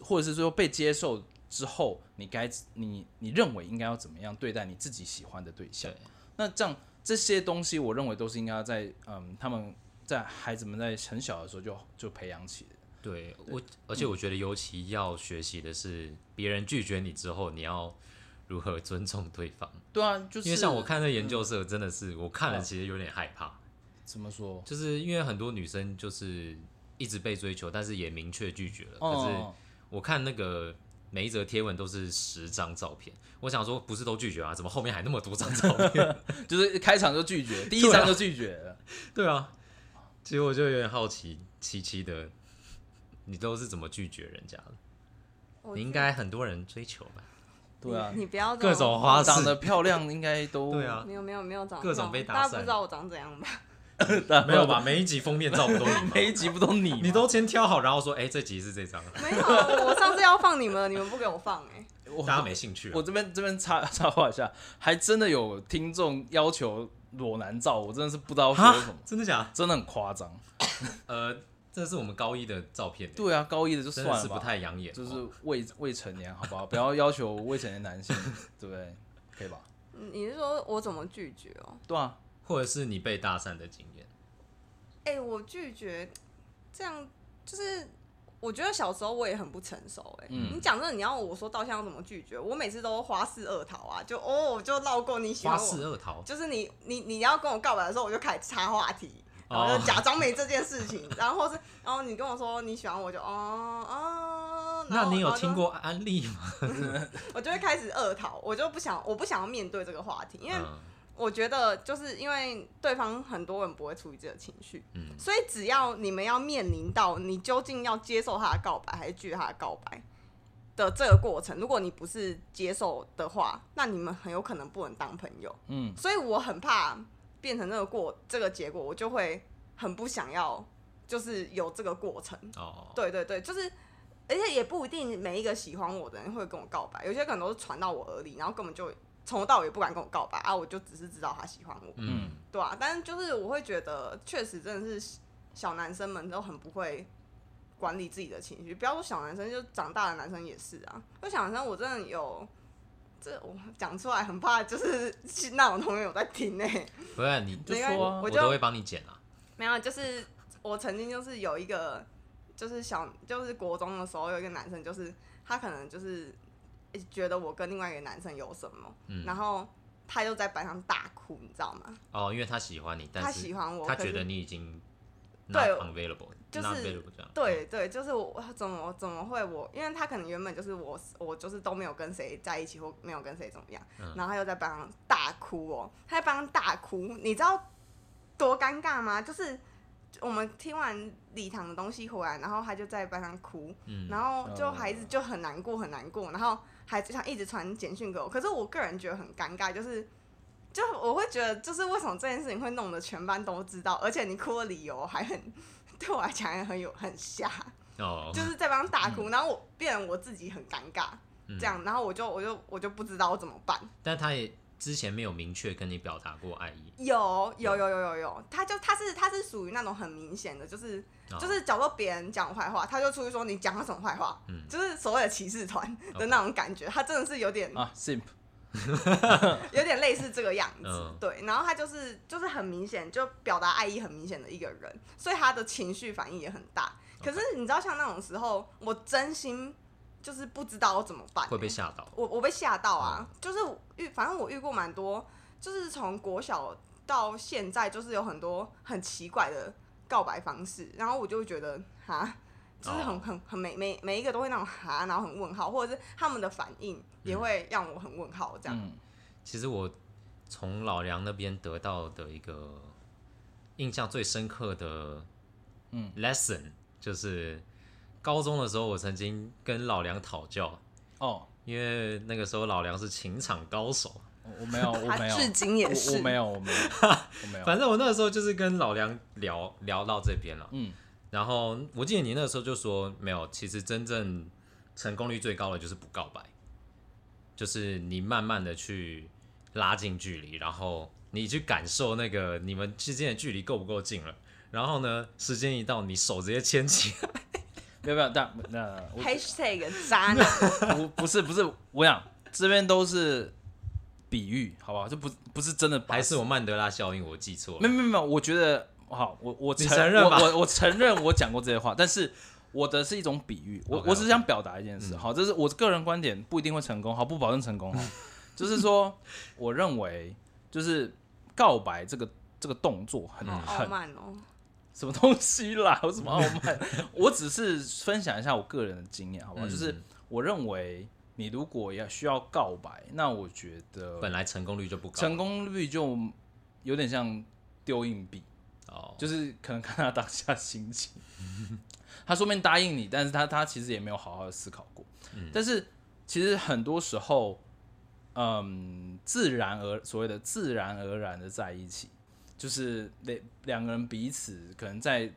或者是说被接受之后，你该你你认为应该要怎么样对待你自己喜欢的对象？那这样这些东西，我认为都是应该在嗯他们在孩子们在很小的时候就就培养起的。对我，而且我觉得尤其要学习的是，别人拒绝你之后，你要如何尊重对方。对啊，就是嗯因为像我看那研究社，真的是我看了其实有点害怕，怎么说，就是因为很多女生就是一直被追求，但是也明确拒绝了，可是。哦，我看那个每一则贴文都是十张照片，我想说不是都拒绝啊，怎么后面还那么多张照片？就是开场就拒绝，第一场就拒绝了。对啊，其实我就有点好奇七七的，你都是怎么拒绝人家的？我你应该很多人追求吧？对啊，你你不要这各种花式长得漂亮应该都 啊对啊，没有没有没有长各种这样被打大家散不知道我长怎样吧？没有吧？每一集封面照不都你吗？ 每一集不都你吗你都先挑好，然后说，哎、这集是这张，没有，我上次要放你们了，你们不给我放哎、我大家没兴趣、啊 我。这边这边插插话一下，还真的有听众要求裸男照，我真的是不知道说什么啊，，真的假真的很夸张。的？呃，这是我们高一的照片、对啊，高一的就真算的了是不吧，太养眼哦，就是未未成年，好不好？不 要要求未成年男性，对不对？可以吧？嗯你是说我怎么拒绝哦、对啊，或者是你被搭讪的经验。哎、我拒绝这样，就是我觉得小时候我也很不成熟哎、嗯你讲真的，你要我说到现在要怎么拒绝？我每次都花式二逃啊，就哦，我就绕过你喜花欢式我，二逃，就是你你你要跟我告白的时候，我就开始插话题。然哦后就假装没这件事情，然后或是，然后你跟我说你喜欢我就，哦哦，然那后你有然后就听过安利吗？我就会开始恶讨，我就不想，我不想要面对这个话题，因为嗯我觉得就是因为对方很多人不会处理这个情绪，嗯所以只要你们要面临到你究竟要接受他的告白还是拒绝他的告白的这个过程，如果你不是接受的话，那你们很有可能不能当朋友。嗯，所以我很怕变成这个过这个结果，我就会很不想要，就是有这个过程。哦，对对对，就是，而且也不一定每一个喜欢我的人会跟我告白，有些可能都是传到我耳里，然后根本就从头到尾不敢跟我告白啊，我就只是知道他喜欢我，嗯，对啊，但是就是我会觉得，确实真的是小男生们都很不会管理自己的情绪，不要说小男生，就长大的男生也是啊。就小男生，我真的有。这我讲出来很怕，就是 那种同学有在听呢、不然你就没关系说啊我就都会帮你剪啊。没有，就是我曾经就是有一个，就是小就是国中的时候有一个男生，就是他可能就是诶觉得我跟另外一个男生有什么，嗯然后他就在班上大哭，你知道吗？哦，因为他喜欢你，他但喜是欢我，他可觉是得你已经对 not available，就是 not available 这样。对对，就是我 我怎么怎么会我，因为他可能原本就是我我就是都没有跟谁在一起或没有跟谁怎么样，嗯然后他又在班上大哭哦，他在班上大哭，你知道多尴尬吗？就是我们听完礼堂的东西回来，然后他就在班上哭，嗯，然后就哦孩子就很难过很难过，然后还就想一直传简讯给我，可是我个人觉得很尴尬，就是。就我会觉得，就是为什么这件事情会弄得全班都知道，而且你哭的理由还很， 对我来讲也很有很瞎，哦，就是在帮大哭，然后我变成我自己很尴尬，嗯这。样，然后我就我就我就不知道我怎么办。但他也之前没有明确跟你表达过爱意，有有有有有有，他就他是他是属于那种很明显的，就是哦就是假如说别人讲我坏话，他就出去说你讲他什么坏话，嗯哦就是所谓的骑士团 OK 的那种感觉，他真的是有点啊，simp，有点类似这个样子， 嗯对。然后他就是就是很明显就表达爱意很明显的一个人，所以他的情绪反应也很大。可是你知道，像那种时候，我真心就是不知道我怎么办、会被吓到。我我被吓到哦啊！就是我遇，反正我遇过蛮多，就是从国小到现在，就是有很多很奇怪的告白方式，然后我就会觉得哈，就是很哦很很每每每一个都会那种哈，然后很问号，或者是他们的反应也会让我很问号这样。嗯，其实我从老梁那边得到的一个印象最深刻的嗯 lesson 就是高中的时候，我曾经跟老梁讨教，哦，因为那个时候老梁是情场高手。我我没有，我他没有，至今也是我我没有，我没有，我 没有，反正我那个时候就是跟老梁聊聊到这边了，嗯，然后我记得你那个时候就说没有，其实真正成功率最高的就是不告白，就是你慢慢的去拉近距离，然后你去感受那个你们之间的距离够不够近了。然后呢，时间一到，你手直接牵起来。没有没有，但那我 Hashtag 渣男，不不是不是，我想这边都是比喻，好不好？这不不是真的把，还是我曼德拉效应，我记错没了。有没有没有，我觉得好，我我你承认吧我我我承认我讲过这些话，但是我的是一种比喻，我 OK，OK 我只是想表达一件嗯事，好，这是我个人观点，不一定会成功，好，不保证成功，哈，就是说，我认为就是告白这个这个动作很嗯傲很慢哦，什么东西啦，有什么傲慢？我只是分享一下我个人的经验，好不好？嗯就是我认为你如果要需要告白，那我觉得本来成功率就不高。成功率就有点像丢硬币，哦，就是可能看他当下心情。 他说明答应你，但是他他其实也没有好好的思考过。但是其实很多时候，嗯，自然而所谓的自然而然的在一起，就是两两个人彼此可能在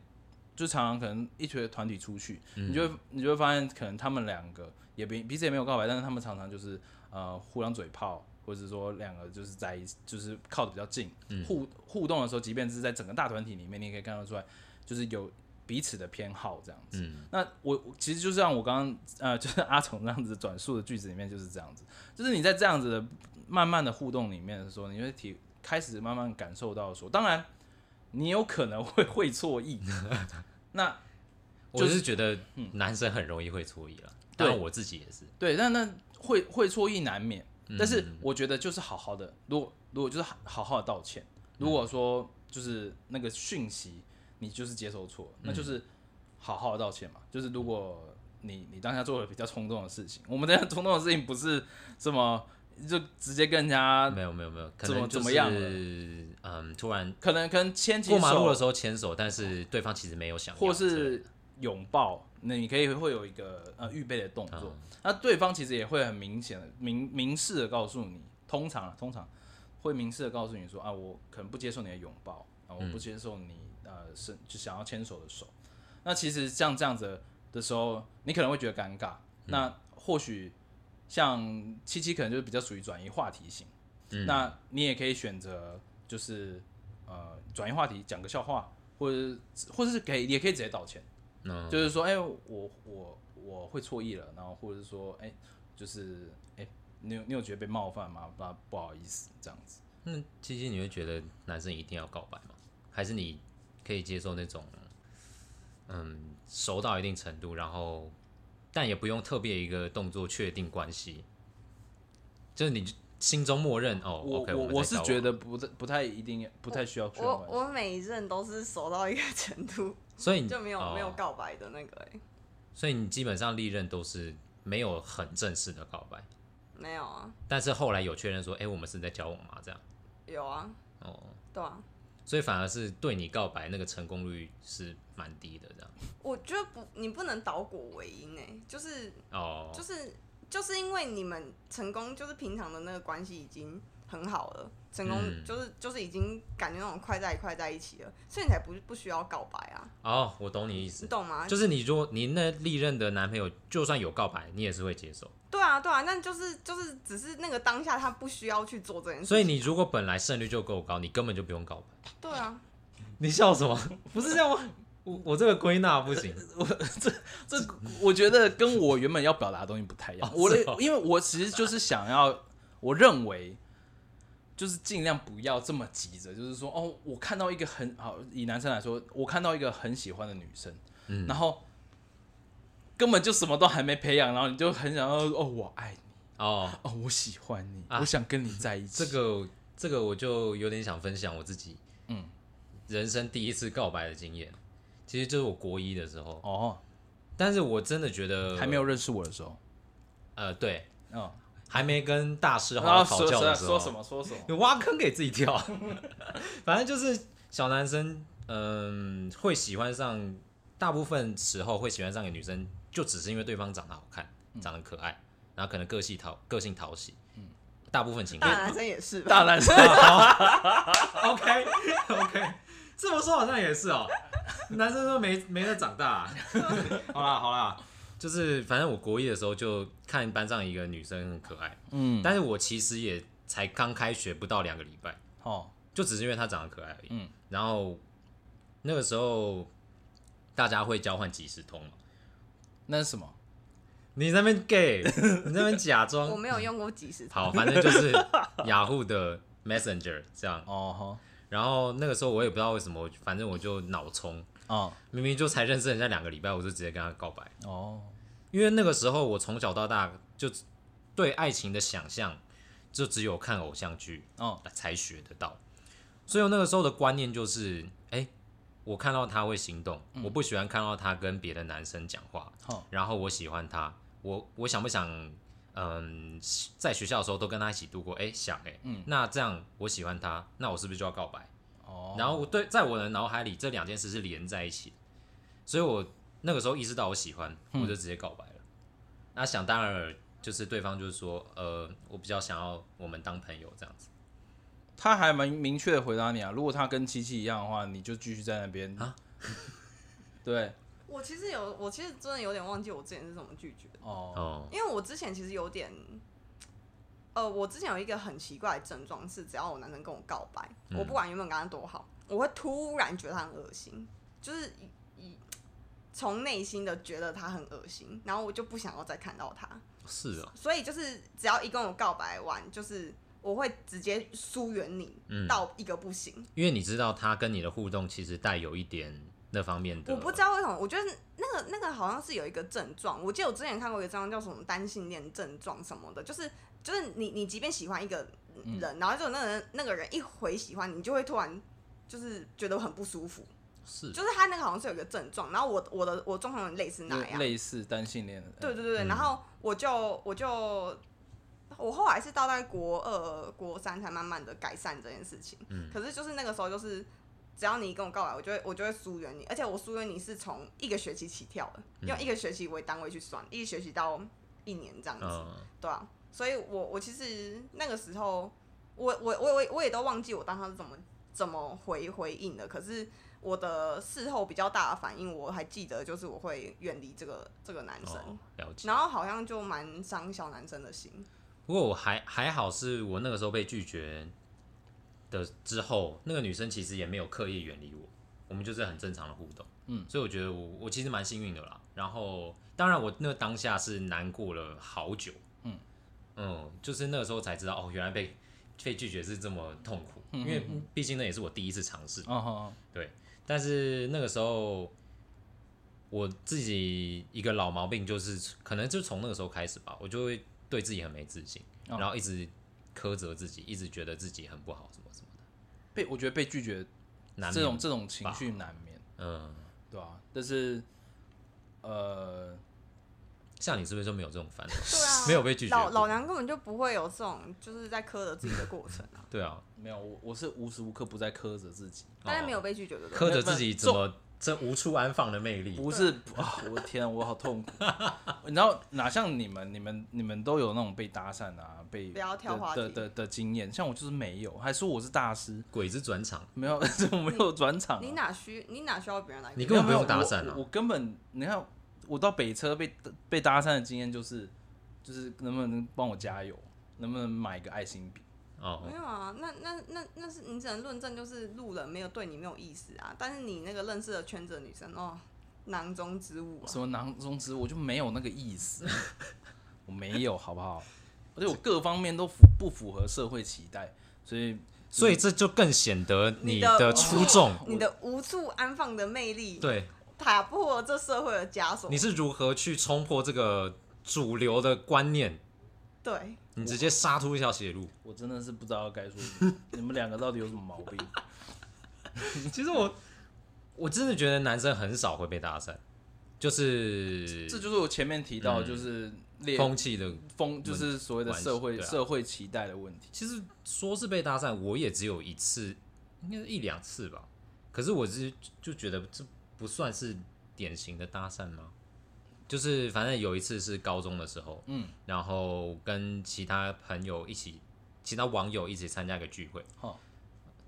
就常常可能一群团体出去，你就会你就会发现，可能他们两个也彼彼此也没有告白，但是他们常常就是呃互相嘴炮，或者说两个就是在一起就是靠的比较近，互互动的时候，即便是在整个大团体里面，你也可以看得出来，就是有彼此的偏好这样子。嗯那我我其实就像我刚刚 呃，就是阿虫那样子转述的句子里面就是这样子，就是你在这样子的慢慢的互动里面的时候，你会体开始慢慢感受到说，当然你有可能会会错意，那我是觉得男生很容易会错意了，当然我自己也是。对，但那会会错意难免，嗯但是我觉得就是好好的，如果如果就是好好好的道歉，如嗯果说就是那个讯息你就是接收错，那嗯就是好好的道歉嘛。就是如果你你当下做了比较冲动的事情，我们当下冲动的事情不是什么就直接跟人家没有没有没有，啊可怎么能就怎么样是嗯，突然可能可能牵起过马路的手时候牵手，但是对方其实没有想要，或是拥抱，那你可以会有一个呃预备的动作。那对方其实也会很明显的明明示的告诉你，通常啊通常会明示的告诉你说啊，我可能不接受你的拥抱嗯啊，我不接受你、呃是就想要牵手的手。那其实像这样子的时候，你可能会觉得尴尬。嗯那或许像七七可能就是比较属于转移话题型，嗯那你也可以选择就是呃转移话题，讲个笑话，或者是或者是可以也可以直接道歉。嗯，就是说，哎、我我我会错意了，然后或者是说，哎、就是哎、你有你有觉得被冒犯吗？不不好意思，这样子。那七七，你会觉得男生一定要告白吗？还是你可以接受那种，嗯，熟到一定程度，然后但也不用特别一个动作确定关系，就是你就心中默认哦我，OK，我们我在是交往觉，得不太不太一定，不太需要确认我关系我每一任都是熟到一个程度，所以嗯你就没有、没有哦告白的那个、欸，所以你基本上历任都是没有很正式的告白，没有啊，但是后来有确认说，哎、我们是在交往吗？这样有啊，哦，对啊，所以反而是对你告白那个成功率是蛮低的，这样我觉得不，你不能倒果为因哎、就是哦，就是就是因为你们成功，就是平常的那个关系已经很好了，成功嗯就是、就是已经感觉那种快在快在一起了，所以你才不不需要告白啊，哦，我懂你意思你。懂吗？就是你如果你那历任的男朋友就算有告白，你也是会接受。对啊对啊，但就是就是只是那个当下他不需要去做这件事情，所以你如果本来胜率就够高，你根本就不用告白。对啊，你笑什么？ 不是这样吗？我我这个归纳不行。这我觉得跟我原本要表达的东西不太一样。哦我的是哦，因为我其实就是想要，我认为就是尽量不要这么急着，就是说，哦，我看到一个很好，以男生来说，我看到一个很喜欢的女生，嗯然后根本就什么都还没培养，然后你就很想要，哦，我爱你，哦，哦，我喜欢你，啊我想跟你在一起。这个这个我就有点想分享我自己，嗯，人生第一次告白的经验，其实就是我国一的时候。哦，但是我真的觉得还没有认识我的时候，呃，对，嗯，还没跟大师好然好后讨说教说的时候，啊说什么 说什么，你挖坑给自己跳。 反正就是小男生，嗯，会喜欢上，大部分时候会喜欢上一个女生，就只是因为对方长得好看，长得可爱，然后可能个性讨个性讨喜，嗯，大部分情大况。男生也是吧，大男生 OK OK，这么说好像也是哦，男生都没没在长大、 好啦好啦，就是反正我国一的时候就看班上一个女生很可爱，嗯，但是我其实也才刚开学不到两个礼拜。哦，就只是因为她长得可爱而已。嗯，然后那个时候大家会交换即时通嘛？那是什么？你在那边 gay，你在 那边假 我装。没有用过几十次，好，反正就是雅虎的 Messenger 这样。哦然后那个时候我也不知道为什么，反正我就脑冲，哈，哦明明就才认识人家两个礼拜，我就直接跟她告白。哦，因为那个时候我从小到大就对爱情的想象就只有看偶像剧，哦，才学得到。所以我那个时候的观念就是，哎、我看到他会心动，嗯我不喜欢看到他跟别的男生讲话，好然后我喜欢他，我我想不想，嗯，在学校的时候都跟他一起度过？哎、想哎、嗯那这样我喜欢他，那我是不是就要告白？哦，然后我对在我的脑海里这两件事是连在一起的，所以我那个时候意识到我喜欢，我就直接告白了。那想当然了，就是对方就是说，呃，我比较想要我们当朋友这样子他还蛮明确的回答你啊。如果他跟七七一样的话，你就继续在那边啊。 对，我其实有我其实真的有点忘记我之前是怎么拒绝的。哦，哦，因为我之前其实有点，呃，我之前有一个很奇怪的症状是，只要有男生跟我告白，我不管原本跟他多好，我会突然觉得他很恶心，就是以以从内心的觉得他很恶心，然后我就不想要再看到他，是啊，所以就是只要一跟我告白完，就是我会直接疏远你、嗯到一个不行。因为你知道他跟你的互动其实带有一点那方面的，我不知道为什么，我觉得那个那个好像是有一个症状，我记得我之前看过一个症状叫什么单性恋症状什么的，就是就是你你即便喜欢一个人，然后就那个人那个人一回喜欢你，你就会突然就是觉得很不舒服，是就是他那个好像是有一个症状，然后我我的我状况类似那类样，类似单性恋的，对对对对，然后我就我就我后来是到大概国二、国三才慢慢的改善这件事情。嗯，可是就是那个时候，就是只要你跟我告白，我就会我就会疏远你，而且我疏远你是从一个学期起跳的，用一个学期为单位去算，一个学期到一年这样子，嗯，对啊。所以我我其实那个时候我我我我我也都忘记我当时是怎么怎么回回应的，可是我的事后比较大的反应，我还记得就是我会远离这个这个男生，哦，了解。然后好像就蛮伤小男生的心。不过我还还好，是我那个时候被拒绝的之后，那个女生其实也没有刻意远离我，我们就是很正常的互动。嗯，所以我觉得我我其实蛮幸运的啦。然后当然我那个当下是难过了好久。嗯嗯，就是那个时候才知道哦，原来被被拒绝是这么痛苦，因为毕竟那也是我第一次尝试。哦哦，对，但是那个时候我自己一个老毛病就是，可能就从那个时候开始吧，我就会对自己很没自信，哦然后一直苛责自己，一直觉得自己很不好，什么什么的。被我觉得被拒绝难这免种这种情绪难免，嗯，对吧、但是呃，像你是不是就没有这种 烦恼？对啊，没有被拒绝老过老娘根本就不会有这种就是在苛责自己的过程啊，对啊，没有我我是无时无刻不在苛责自己，但是没有被拒绝的。嗯哦苛责自己怎么这无处安放的魅力？不是啊、我天啊、我好痛苦。 你知道哪像你们，你们你们都有那种被搭讪啊，被不要跳的话题的的的经验，像我就是没有，还说我是大师，鬼子转场，没有， 我没有转场啊、你哪需你哪需要别人来？你没根有本不没有用搭讪我啊我我根本你看，我到北车被被搭讪的经验就是，就是能不能帮我加油，能不能买个爱心笔？哦没，有啊，那那那那是你只能论证就是路人没有对你没有意思啊，但是你那个认识的圈子的女生哦，囊中之物啊什，么囊中之物，我就没有那个意思， 我没有，好不好？而且我各方面都符不符合社会期待，所以所以这就更显得你你的的 出 众。你的无处安放的魅力，对，打破了这社会的枷锁你。是如何去冲破这个主流的观念？对，你直接杀出一条血路。我真的是不知道该说什 么。你们两个到底有什么毛病？其实我我真的觉得男生很少会被搭讪，就是这就是我前面提到，就是列嗯风气的。风，就是所谓的社会关系对啊社会期待的问题。其实说是被搭讪，我也只有一次，应该是一两次吧。可是我是就觉得这不算是典型的搭讪吗？就是反正有一次是高中的时候，嗯，然后跟其他朋友一起，其他网友一起参加一个聚会，好，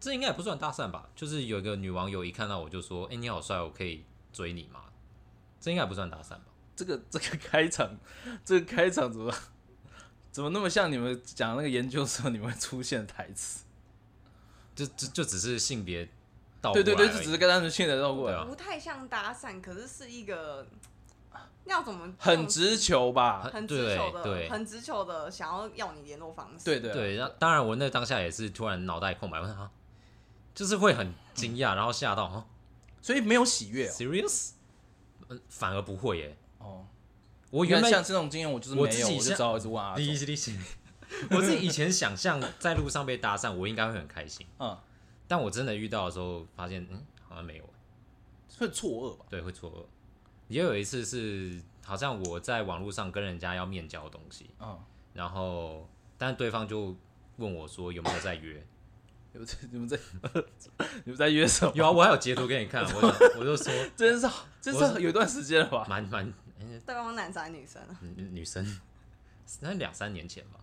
这应该也不算搭讪吧？就是有一个女网友一看到我就说：“哎、你好帅，我可以追你吗？”这应该也不算搭讪吧？这个 这个开场，这个开场怎么怎么那么像你们讲那个研究的时候你们会出现的台词？就就就只是性别倒对对过对，来就而已只是跟单纯性的绕过对来啊，不太像搭讪，可是是一个要怎么很直球吧？很直球对对的，很直球的想要要你联络方式。对对啊对，那当然我那当下也是突然脑袋空白，我想啊，就是会很惊嗯讶，然后吓到啊所以没有喜悦哦，serious？嗯，反而不会耶。哦。我你看原像本这种经验，我就是我没有，自己我就像只好一直问阿理忠。解理解， 我自己以前想象在路上被搭讪，我应该会很开心，嗯，但我真的遇到的时候发现，嗯，好像没有。会错愕吧？对，会错愕。也有一次是，好像我在网络上跟人家要面交东西，嗯，然后但对方就问我说有没有在约？你们在 你们在你们在约什么？有啊，我还有截图给你看，我想我就说这件事好，这件事我好有一段时间了吧？蛮蛮、嗯对方男生还是女生啊，女女生，那两三年前吧。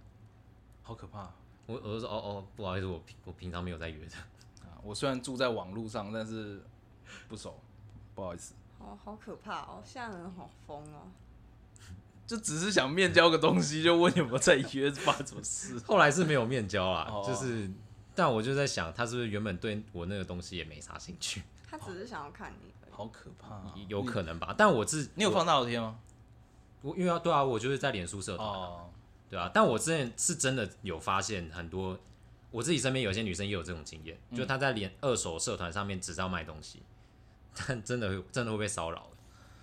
好可怕啊！我我就说哦哦，不好意思，我平我平常没有在约的。 我虽然住在网路上，但是不熟，不好意思，哦，好可怕哦，现在人好疯哦。就只是想面交个东西，就问有没有在约，发生什么事？后来是没有面交啦，哦就是，但我就在想，他是不是原本对我那个东西也没啥兴趣，他只是想要看你而已。好可怕啊！有可能吧？但我是你有我放大头贴吗？我因为要对啊，我就是在脸书社团啊哦，对啊，但我之前是真的有发现很多，我自己身边有些女生也有这种经验，嗯就她在连二手社团上面只知道卖东西，但真的会真的会被骚扰。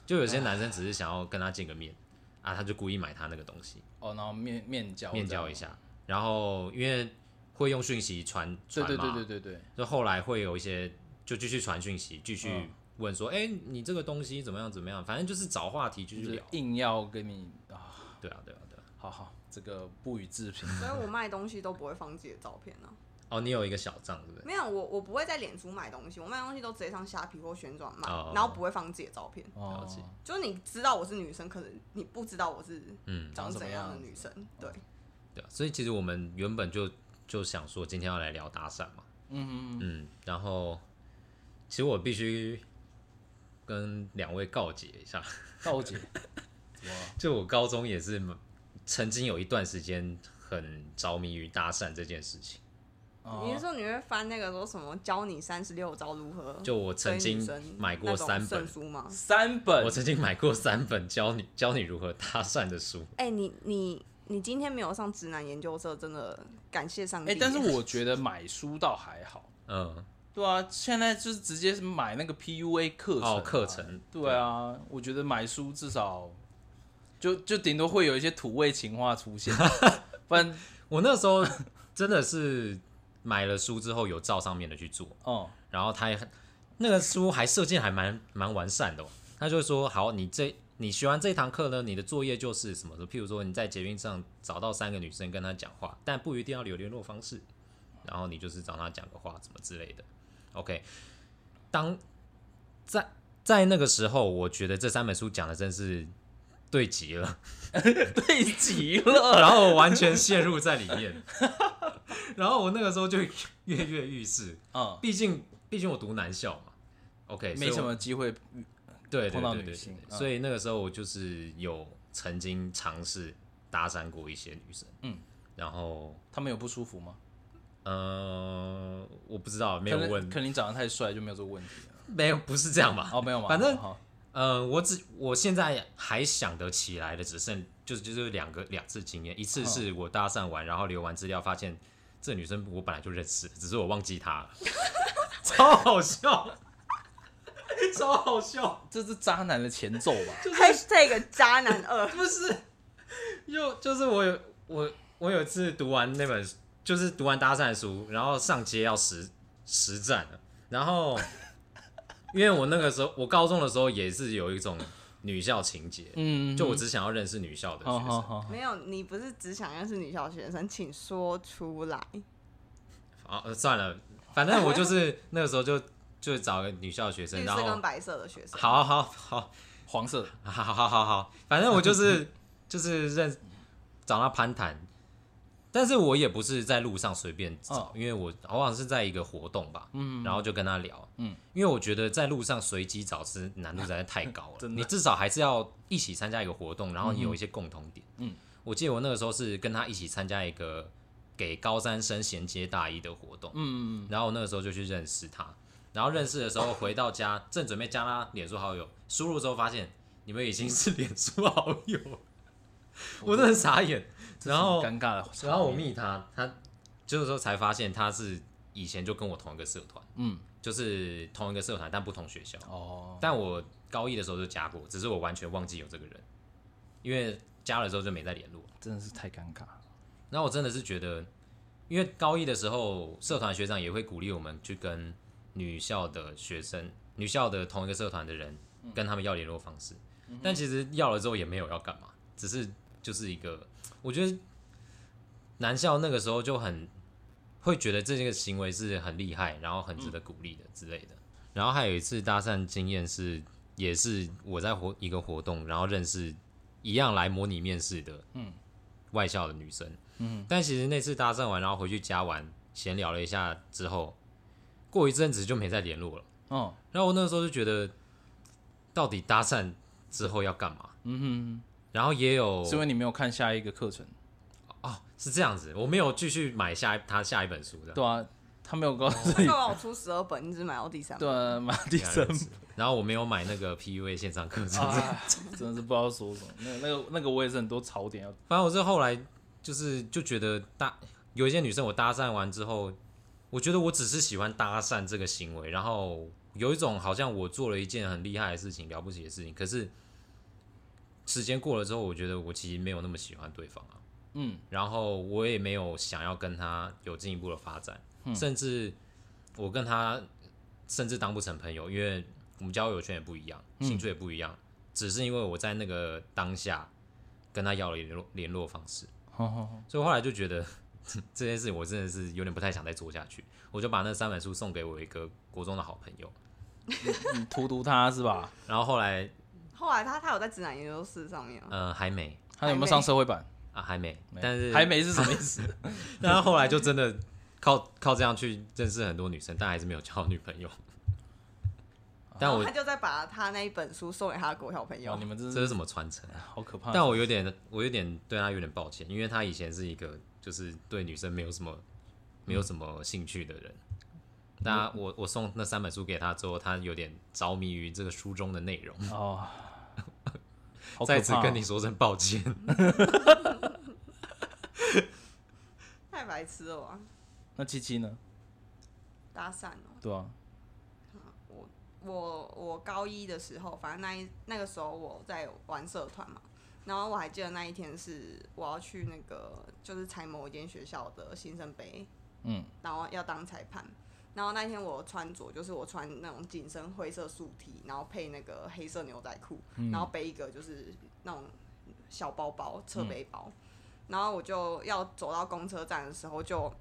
就有哎些男生只是想要跟她见个面啊，他就故意买她那个东西哦，然后面面交面交一，下，然后因为会用讯息传对传嘛，对对对对对，就后来会有一些就继续传讯息，继续嗯问说，哎、你这个东西怎么样怎么样，反正就是找话题继续就是聊。硬要跟你啊，对啊，对啊，对啊。好好，这个不予置评。所以我卖东西都不会放自己的照片呢、哦，你有一个小账对不对？没有，我我不会在脸书买东西，我卖东西都直接上虾皮或旋转卖哦然后不会放自己的照片。哦了解，就是你知道我是女生，可是你不知道我是嗯。长长什么怎样的子女生。对，对啊，所以其实我们原本就就想说今天要来聊搭讪嘛，嗯嗯，然后其实我必须跟两位告解一下，告解，怎么了就我高中也是曾经有一段时间很着迷于搭讪这件事情，你是哦，说你会翻那个说什么教你三十六招如何？就我曾经买过三本书吗？三本我曾经买过三本教你教你如何搭讪的书，哎、你你你今天没有上直男研究社，真的感谢上帝哎、耶。但是我觉得买书倒还好，嗯，对啊，现在就是直接是买那个 PUA 课程、啊哦课程对啊，我觉得买书至少就就顶多会有一些土味情话出 现，不然我那时候真的是买了书之后有照上面的去做， 哦、然后他也很那个书还设计还蛮蛮完善的、哦，他就说好，你这你学完这堂课呢，你的作业就是什么的，譬如说你在捷运上找到三个女生跟她讲话，但不一定要有联络方式，然后你就是找她讲个话，怎么之类的。OK，当在在那个时候，我觉得这三本书讲的真是对极了。对极了，然后我完全陷入在里面，然后我那个时候就跃跃欲试，嗯，毕竟毕竟我读男校嘛，OK，所以没我什么机会，对对碰到对女对性对嗯所以那个时候我就是有曾经尝试搭讪过一些女生，嗯，然后他们有不舒服吗？呃，我不知道没有可能问，可能你长得太帅就没有这个问题了。没有不是这样吧？哦，没有吗？反正好好呃，我只我现在还想得起来的，只剩就是就是两个两次经验，一次嗯是我搭讪完，然后留完资料，发现这女生我本来就认识，只是我忘记她了， 超好笑，超好笑，这是渣男的前奏吧？ #hashtag 渣男二， 不是，又就是我有我我有一次读完那本就是读完搭讪的书，然后上街要实实战了，然后因为我那个时候我高中的时候也是有一种女校情节，嗯，就我只想要认识女校的学好生。好好，好没有，你不是只想认识女小学生，请说出来。啊、呃算了，反正我就是那个时候就就找个女校学 生，绿然色跟后白色的学生，哦好好好黄色的，好好好好好，反正我就是就是认找他攀谈，但是我也不是在路上随便找，哦因为我往往是在一个活动吧，嗯，然后就跟他聊，嗯，因为我觉得在路上随机找是难度实在太高了，真的你至少还是要一起参加一个活动，然后你有一些共同点，嗯，我记得我那个时候是跟他一起参加一个给高三生衔接大一的活动，嗯，然后我那个时候就去认识他，然后认识的时候回到家，正准备加他脸书好友，输入之后发现你们已经是脸书好 友，我真的傻眼。这是然后很尴尬的场面，然后我密他，他就是说才发现他是以前就跟我同一个社团，嗯，就是同一个社团但不同学校。哦，但我高一的时候就加过，只是我完全忘记有这个人，因为加了之后就没再联络。真的是太尴尬了，然后我真的是觉得，因为高一的时候，社团学长也会鼓励我们去跟女校的学生、女校的同一个社团的人，跟他们要联络方式。但其实要了之后也没有要干嘛，只是就是一个，我觉得男校那个时候就很会觉得这个行为是很厉害，然后很值得鼓励的之类的。然后还有一次搭讪经验是，也是我在活一个活动，然后认识一样来模拟面试的，嗯，外校的女生，嗯，但其实那次搭讪完，然后回去加完闲聊了一下之后，过一阵子就没再联络了。哦，然后我那个时候就觉得，到底搭讪之后要干嘛？嗯哼，然后也有是因为你没有看下一个课程，哦，是这样子，我没有继续买下一他下一本书的，对啊，他没有告诉他哦你，让我出十二本，你只买到第三本。对啊，马蒂森原来如此然后我没有买那个 PUA 线上课程，啊， 真的是不知道说什么，那个那个那个我也是很多槽 点要，反正我是后来就是就觉得搭有一些女生我搭讪完之后，我觉得我只是喜欢搭讪这个行为，然后有一种好像我做了一件很厉害的事情、了不起的事情，可是时间过了之后，我觉得我其实没有那么喜欢对方啊，嗯，然后我也没有想要跟他有进一步的发展，甚至我跟他甚至当不成朋友，因为我们交友圈也不一样，兴趣也不一样，只是因为我在那个当下跟他要了联络联络方式，好好好，所以我后来就觉得 这件事情我真的是有点不太想再做下去，我就把那三本书送给我一个国中的好朋友，你嗯荼毒他是吧？然后后来后来他他有在直男研究室上面吗？哦呃还没，他有没有上社会版？啊，还没，没但是还没是什么意 思？但他后来就真的靠靠这样去认识很多女生，但还是没有交到女 朋友。但啊然我后他就再把他那一本书送给他的国小朋友哇，哦你，们真这是是什么传承？好可啊怕！但我有点，我有点对他有点抱歉，因为他以前是一个就是对女生没有什么没嗯有什么兴趣的人。那我我送那三本书给他之后，他有点着迷于这个书中的内容， 哦，好可怕哦再次跟你说声抱歉。 太白痴了吧，那七七呢？搭讪哦。对啊，我我我高一的时候，反正那一那个时候我在玩社团嘛，然后我还记得那一天是我要去那个就是裁某一间学校的新生杯，嗯，然后要当裁判，然后那一天我穿着就是我穿那种紧身灰色素 T，然后配那个黑色牛仔裤，然后背一个就是那种小包包侧背包，然后我就要走到公车站的时候就。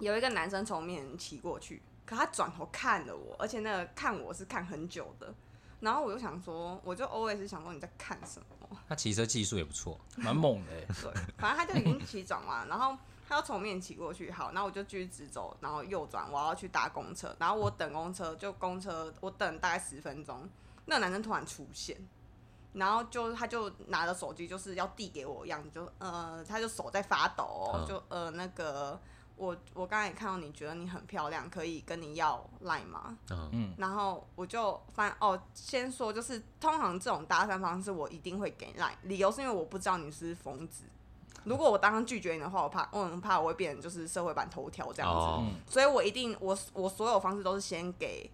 有一个男生从面前骑过去，可他转头看了我，而且那个看我是看很久的。然后我就想说，我就 always 想说你在看什么？他骑车技术也不错，蛮猛的欸。对，反正他就已经骑转弯，然后他要从面前骑过去，好，那我就继续直走，然后右转，我要去搭公车。然后我等公车，就公车我等大概十分钟，那个男生突然出现，然后就他就拿着手机就是要递给我的样子，就呃，他就手在发抖哦、嗯就呃那个我我刚才也看到你觉得你很漂亮，可以跟你要 line 吗？嗯，然后我就翻哦，先说就是通常这种搭讪方式我一定会给 line，理由是因为我不知道你是不是疯子。如果我当场拒绝你的话，我怕，我很怕我会变成就是社会版头条这样子，哦，嗯所以我一定我我所有方式都是先给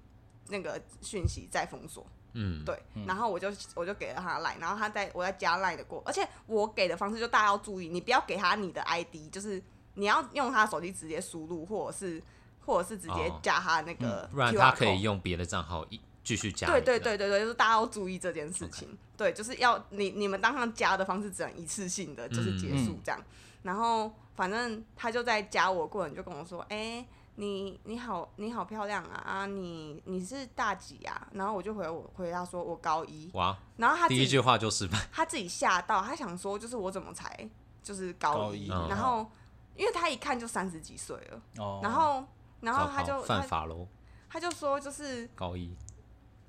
那个讯息再封锁。嗯，对，然后我就我就给了他赖，然后他在我在加赖的过，而且我给的方式就大家要注意，你不要给他你的 ID，就是你要用他的手机直接输入，或者是或者是直接哦加他那个 QR code、不然他可以用别的账号一继续加。对对，对对对，就是大家要注意这件事情。对，就是要你你们当上加的方式只能一次性的，嗯就是结束这样。然后反正他就在加我过程就跟我说，哎、你你好你好漂亮啊啊，你你是大几啊？然后我就回我回答说我高一，哇，然后他自第一己句话就失败，他自己吓到，他想说就是我怎么才就是高高一一，嗯然后因为他一看就三十几岁了，哦，然后然后糟他糕就犯他法喽，他就说就是。高一。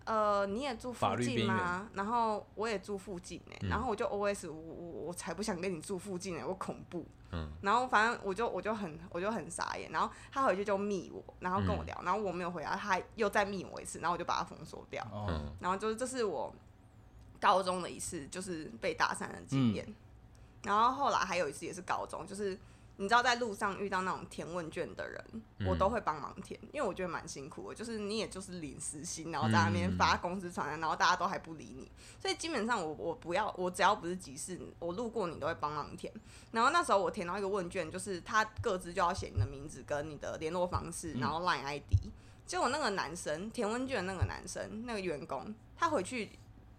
呃，你也住法附律近边吗？然后我也住附近哎、嗯然后我就 OS 我我我才不想跟你住附近哎、我恐怖。嗯，然后反正我就我就很我就很傻眼，然后他回去就密我，然后跟嗯我聊，然后我没有回答，他又再密我一次，然后我就把他封锁掉。哦，嗯，然后就是这是我高中的一次就是被搭讪的经验，然后后来还有一次也是高中，就是你知道在路上遇到那种填问卷的人，我都会帮忙填，因为我觉得蛮辛苦的，就是你也就是领时薪，然后在那边发公司传单，然后大家都还不理你，所以基本上我我不要我只要不是急事，我路过你都会帮忙填。然后那时候我填到一个问卷，就是他各自就要写你的名字跟你的联络方式，然后 Line ID。结果那个男生填问卷的那个男生，那个员工，他回去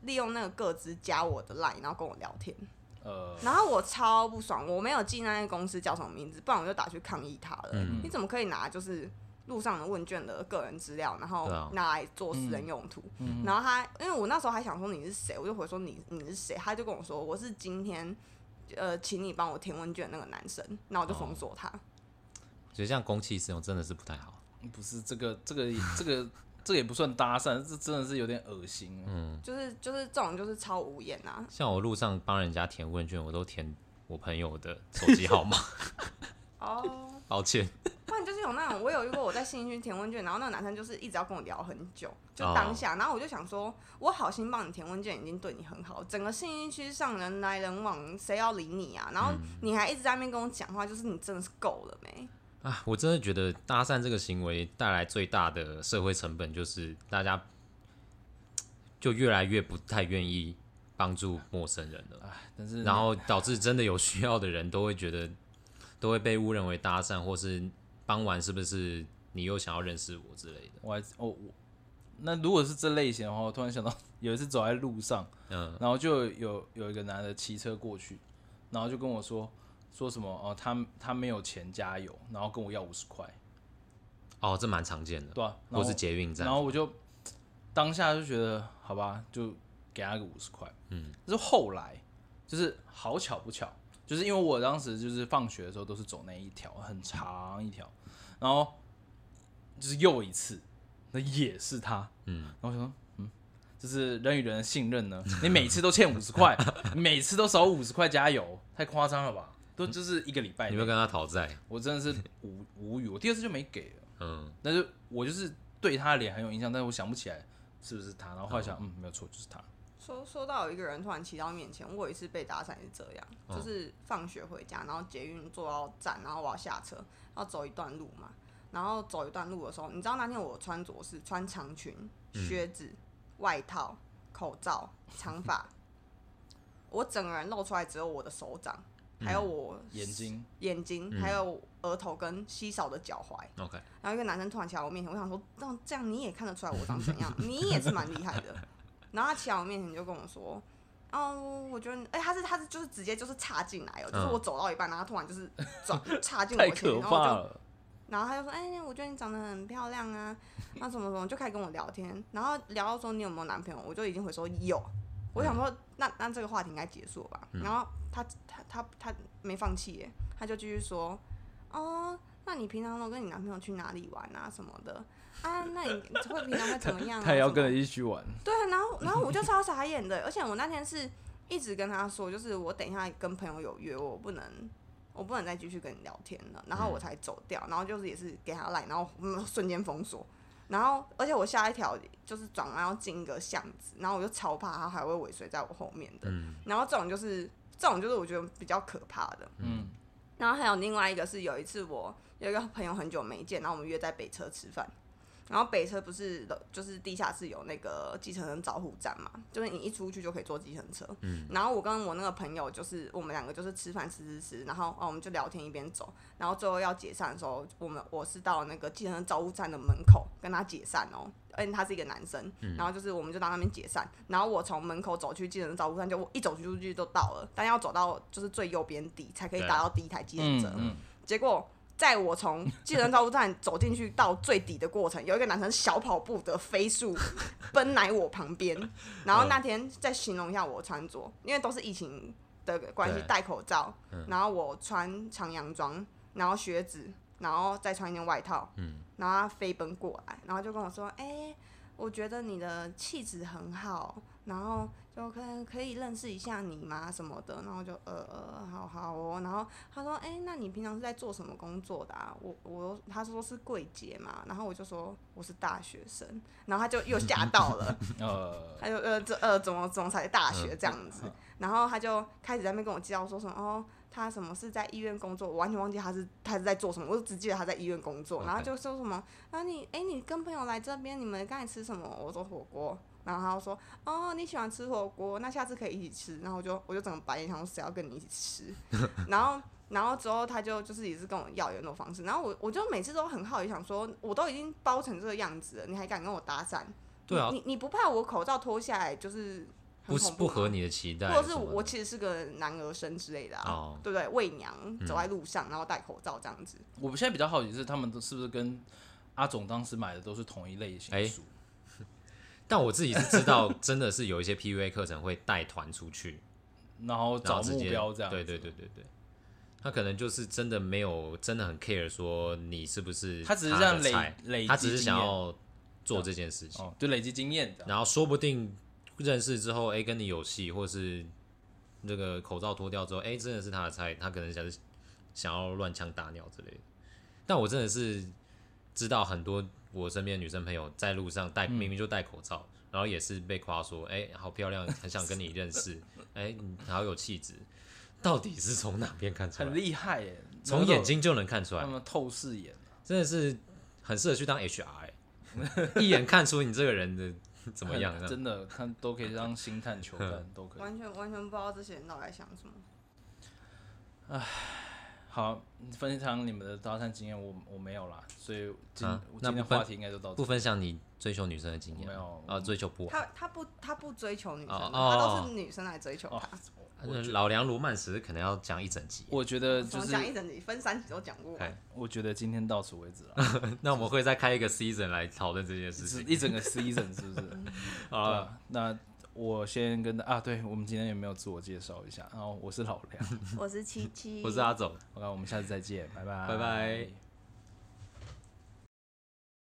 利用那个个资加我的 line，然后跟我聊天，呃，然后我超不爽，我没有记那间公司叫什么名字，不然我就打去抗议他了。嗯你怎么可以拿就是路上的问卷的个人资料，然后对啊拿来做私人用途？嗯然后他，因为我那时候还想说你是谁，我就回说你你是谁，他就跟我说我是今天。呃，请你帮我填问卷那个男生，那哦我就封锁他。我觉得这样公器私用真的是不太好。不是这个这个这个这个也不算搭讪，这真的是有点恶心。嗯就是就是这种就是超无言啊，像我路上帮人家填问卷，我都填我朋友的手机号码，哦、抱歉。不然就是有那种，我有遇过我在新训填问卷，然后那个男生就是一直要跟我聊很久，就哦当下，然后我就想说，我好心帮你填问卷，已经对你很好，整个新训区上人来人往，谁要理你啊？然后你还一直在那边跟我讲话，就是你真的是够了没？啊，我真的觉得搭讪这个行为带来最大的社会成本就是大家就越来越不太愿意帮助陌生人了，但是然后导致真的有需要的人都会觉得都会被误认为搭讪，或是帮完是不是你又想要认识我之类的。我还哦我，那如果是这类型的话，我突然想到有一次走在路上，嗯，然后就有有一个男的骑车过去，然后就跟我说说什么哦，他他没有钱加油，然后跟我要五十块，哦，这蛮常见的，对啊，然或后是捷运站然，后我就当下就觉得好吧，就给他个五十块。嗯，但是后来就是好巧不巧，就是因为我当时就是放学的时候都是走那一条很长一条，然后就是又一次，那也是他，嗯，然后我想说，嗯，就是人与人的信任呢，你每次都欠五十块， 你每次都少五十块加油，太夸张了吧？都就是一个礼拜你内，会跟他讨债，我真的是无无语，我第二次就没给了。嗯，但是我就是对他的脸很有印象，但是我想不起来是不是他。然后后哦来想，嗯，没有错，就是他。说说到有一个人突然骑到面前，我有一次被搭讪也是这样，哦就是放学回家，然后捷运坐到站，然后我要下车，要走一段路嘛，然后走一段路的时候，你知道那天我穿着是穿长裙、靴子、外套、口罩、长发，我整个人露出来只有我的手掌，还有我眼睛，眼睛，嗯还有额头跟稀少的脚踝。 OK，然后一个男生突然骑到我面前，我想说，那这样你也看得出来我长怎样，你也是蛮厉害的。 然后他骑到我面前就跟我说，哦，我觉得你，哎、他是他是就是直接就是插进来哦，就是嗯我走到一半，然后他突然就是 转插进我太前可面，然后我哦怕就，了。然后他就说，哎、我觉得你长得很漂亮啊，那什么什么，就开始跟我聊天，然后聊到说你有没有男朋友，我就已经回说有。我想说，那那这个话题应该结束了吧？嗯然后他他他他没放弃耶，他就继续说，哦，那你平常都跟你男朋友去哪里玩啊什么的啊？那你会平常会怎么样、啊？ 他也要跟什着么一起去玩，对啊，然后然后我就超傻眼的，而且我那天是一直跟他说，就是我等一下跟朋友有约，我不能。我不能再继续跟你聊天了，然后我才走掉，然后就是也是给他赖，然后嗯 瞬间封锁，然后而且我下一条就是转弯要进一个巷子，然后我就超怕他还会尾随在我后面的，嗯然后这种就是这种就是我觉得比较可怕的，嗯，然后还有另外一个是有一次我有一个朋友很久没见，然后我们约在北车吃饭，然后北车不是楼就是地下室有那个计程车招呼站嘛，就是你一出去就可以坐计程车。嗯。然后我跟我那个朋友就是我们两个就是吃饭吃吃吃，然后哦我们就聊天一边走，然后最后要解散的时候，我们我是到那个计程车招呼站的门口跟他解散哦。而且他是一个男生，然后就是我们就到那边解散，然后我从门口走去计程车招呼站，就我一走出去就到了，但要走到就是最右边底才可以对达到第一台计程车。嗯嗯结果在我从计程招呼站走进去到最底的过程，有一个男生小跑步的飞速奔来我旁边。然后那天再形容一下我的穿着，因为都是疫情的关系对，戴口罩，然后我穿长洋装，然后靴子，然后再穿一件外套，然后他飞奔过来，然后就跟我说：“哎、我觉得你的气质很好，然后就可可以认识一下你吗？什么的。”然后就呃呃，好好哦。然后他说：“哎、那你平常是在做什么工作的啊？”我我他说是柜姐嘛，然后我就说我是大学生，然后他就又吓到了，呃，他就呃这呃怎么怎么才大学这样子，然后他就开始在那边跟我介绍说什么哦，他什么是在医院工作，我完全忘记他是他是在做什么，我只记得他在医院工作， OK 然后就说什么，那你哎你跟朋友来这边，你们刚才吃什么？我说火锅。然后他就说：“哦，你喜欢吃火锅，那下次可以一起吃。”然后我就我就整个白眼，想说谁要跟你一起吃？ 然后然后之后他就就是也是跟我要联络方式，然后我我就每次都很好奇，想说我都已经包成这个样子了，你还敢跟我搭讪？对啊你你你不怕我口罩脱下来就是很不是恐怖不吗合，你的期待什么或的，者是我其实是个男儿身之类的啊，哦嗯对不对？喂娘走在路上，然后戴口罩这样子，我现在比较好奇是他们都是不是跟阿总当时买的都是同一类型的哎书？但我自己是知道，真的是有一些 PUA 课程会带团出去，然后然后找直目接标这样，对对对对对，他可能就是真的没有真的很 care 说你是不是他只是的这样累菜累积他只是经想验要做这件事情，哦，就累积经验的。然后说不定认识之后，哎、跟你有戏，或是那个口罩脱掉之后，哎、真的是他的菜，他可能想是想要乱枪打鸟之类的。但我真的是知道很多我身边的女生朋友在路上戴，明明就戴口罩，然后也是被夸说，哎、好漂亮，很想跟你认识， 哎、你好有气质。到底是从哪边看出很来？厉害耶，从眼睛就能看出他来，们透视眼，真的是很适合去当 HR，、哎， 一眼看出你这个人的怎么样很这 样。真的看都可以当星探球 探都可以。完全完全不知道这些人到底在想什么。好，分享你们的搭讪经验，我我没有啦，所以今、啊我那今天不分话题应该就到这不。分享你追求女生的经验吗，没有啊，追求不完。他他不他不追求女生的，哦哦他都是女生来追哦求他。那呃老梁罗曼史可能要讲一整集，我觉得就从是讲，一整集，分三集都讲过。哎我觉得今天到此为止啊了，那我们会再开一个 season 来讨论这件事是情。一整个 season 是不是？嗯对好啊了，啊，那我先跟大啊，对我们今天也没有自我介绍一哦 下，然后我是老梁，我是七七，我是阿总，好，我们下次再见，拜拜，拜拜。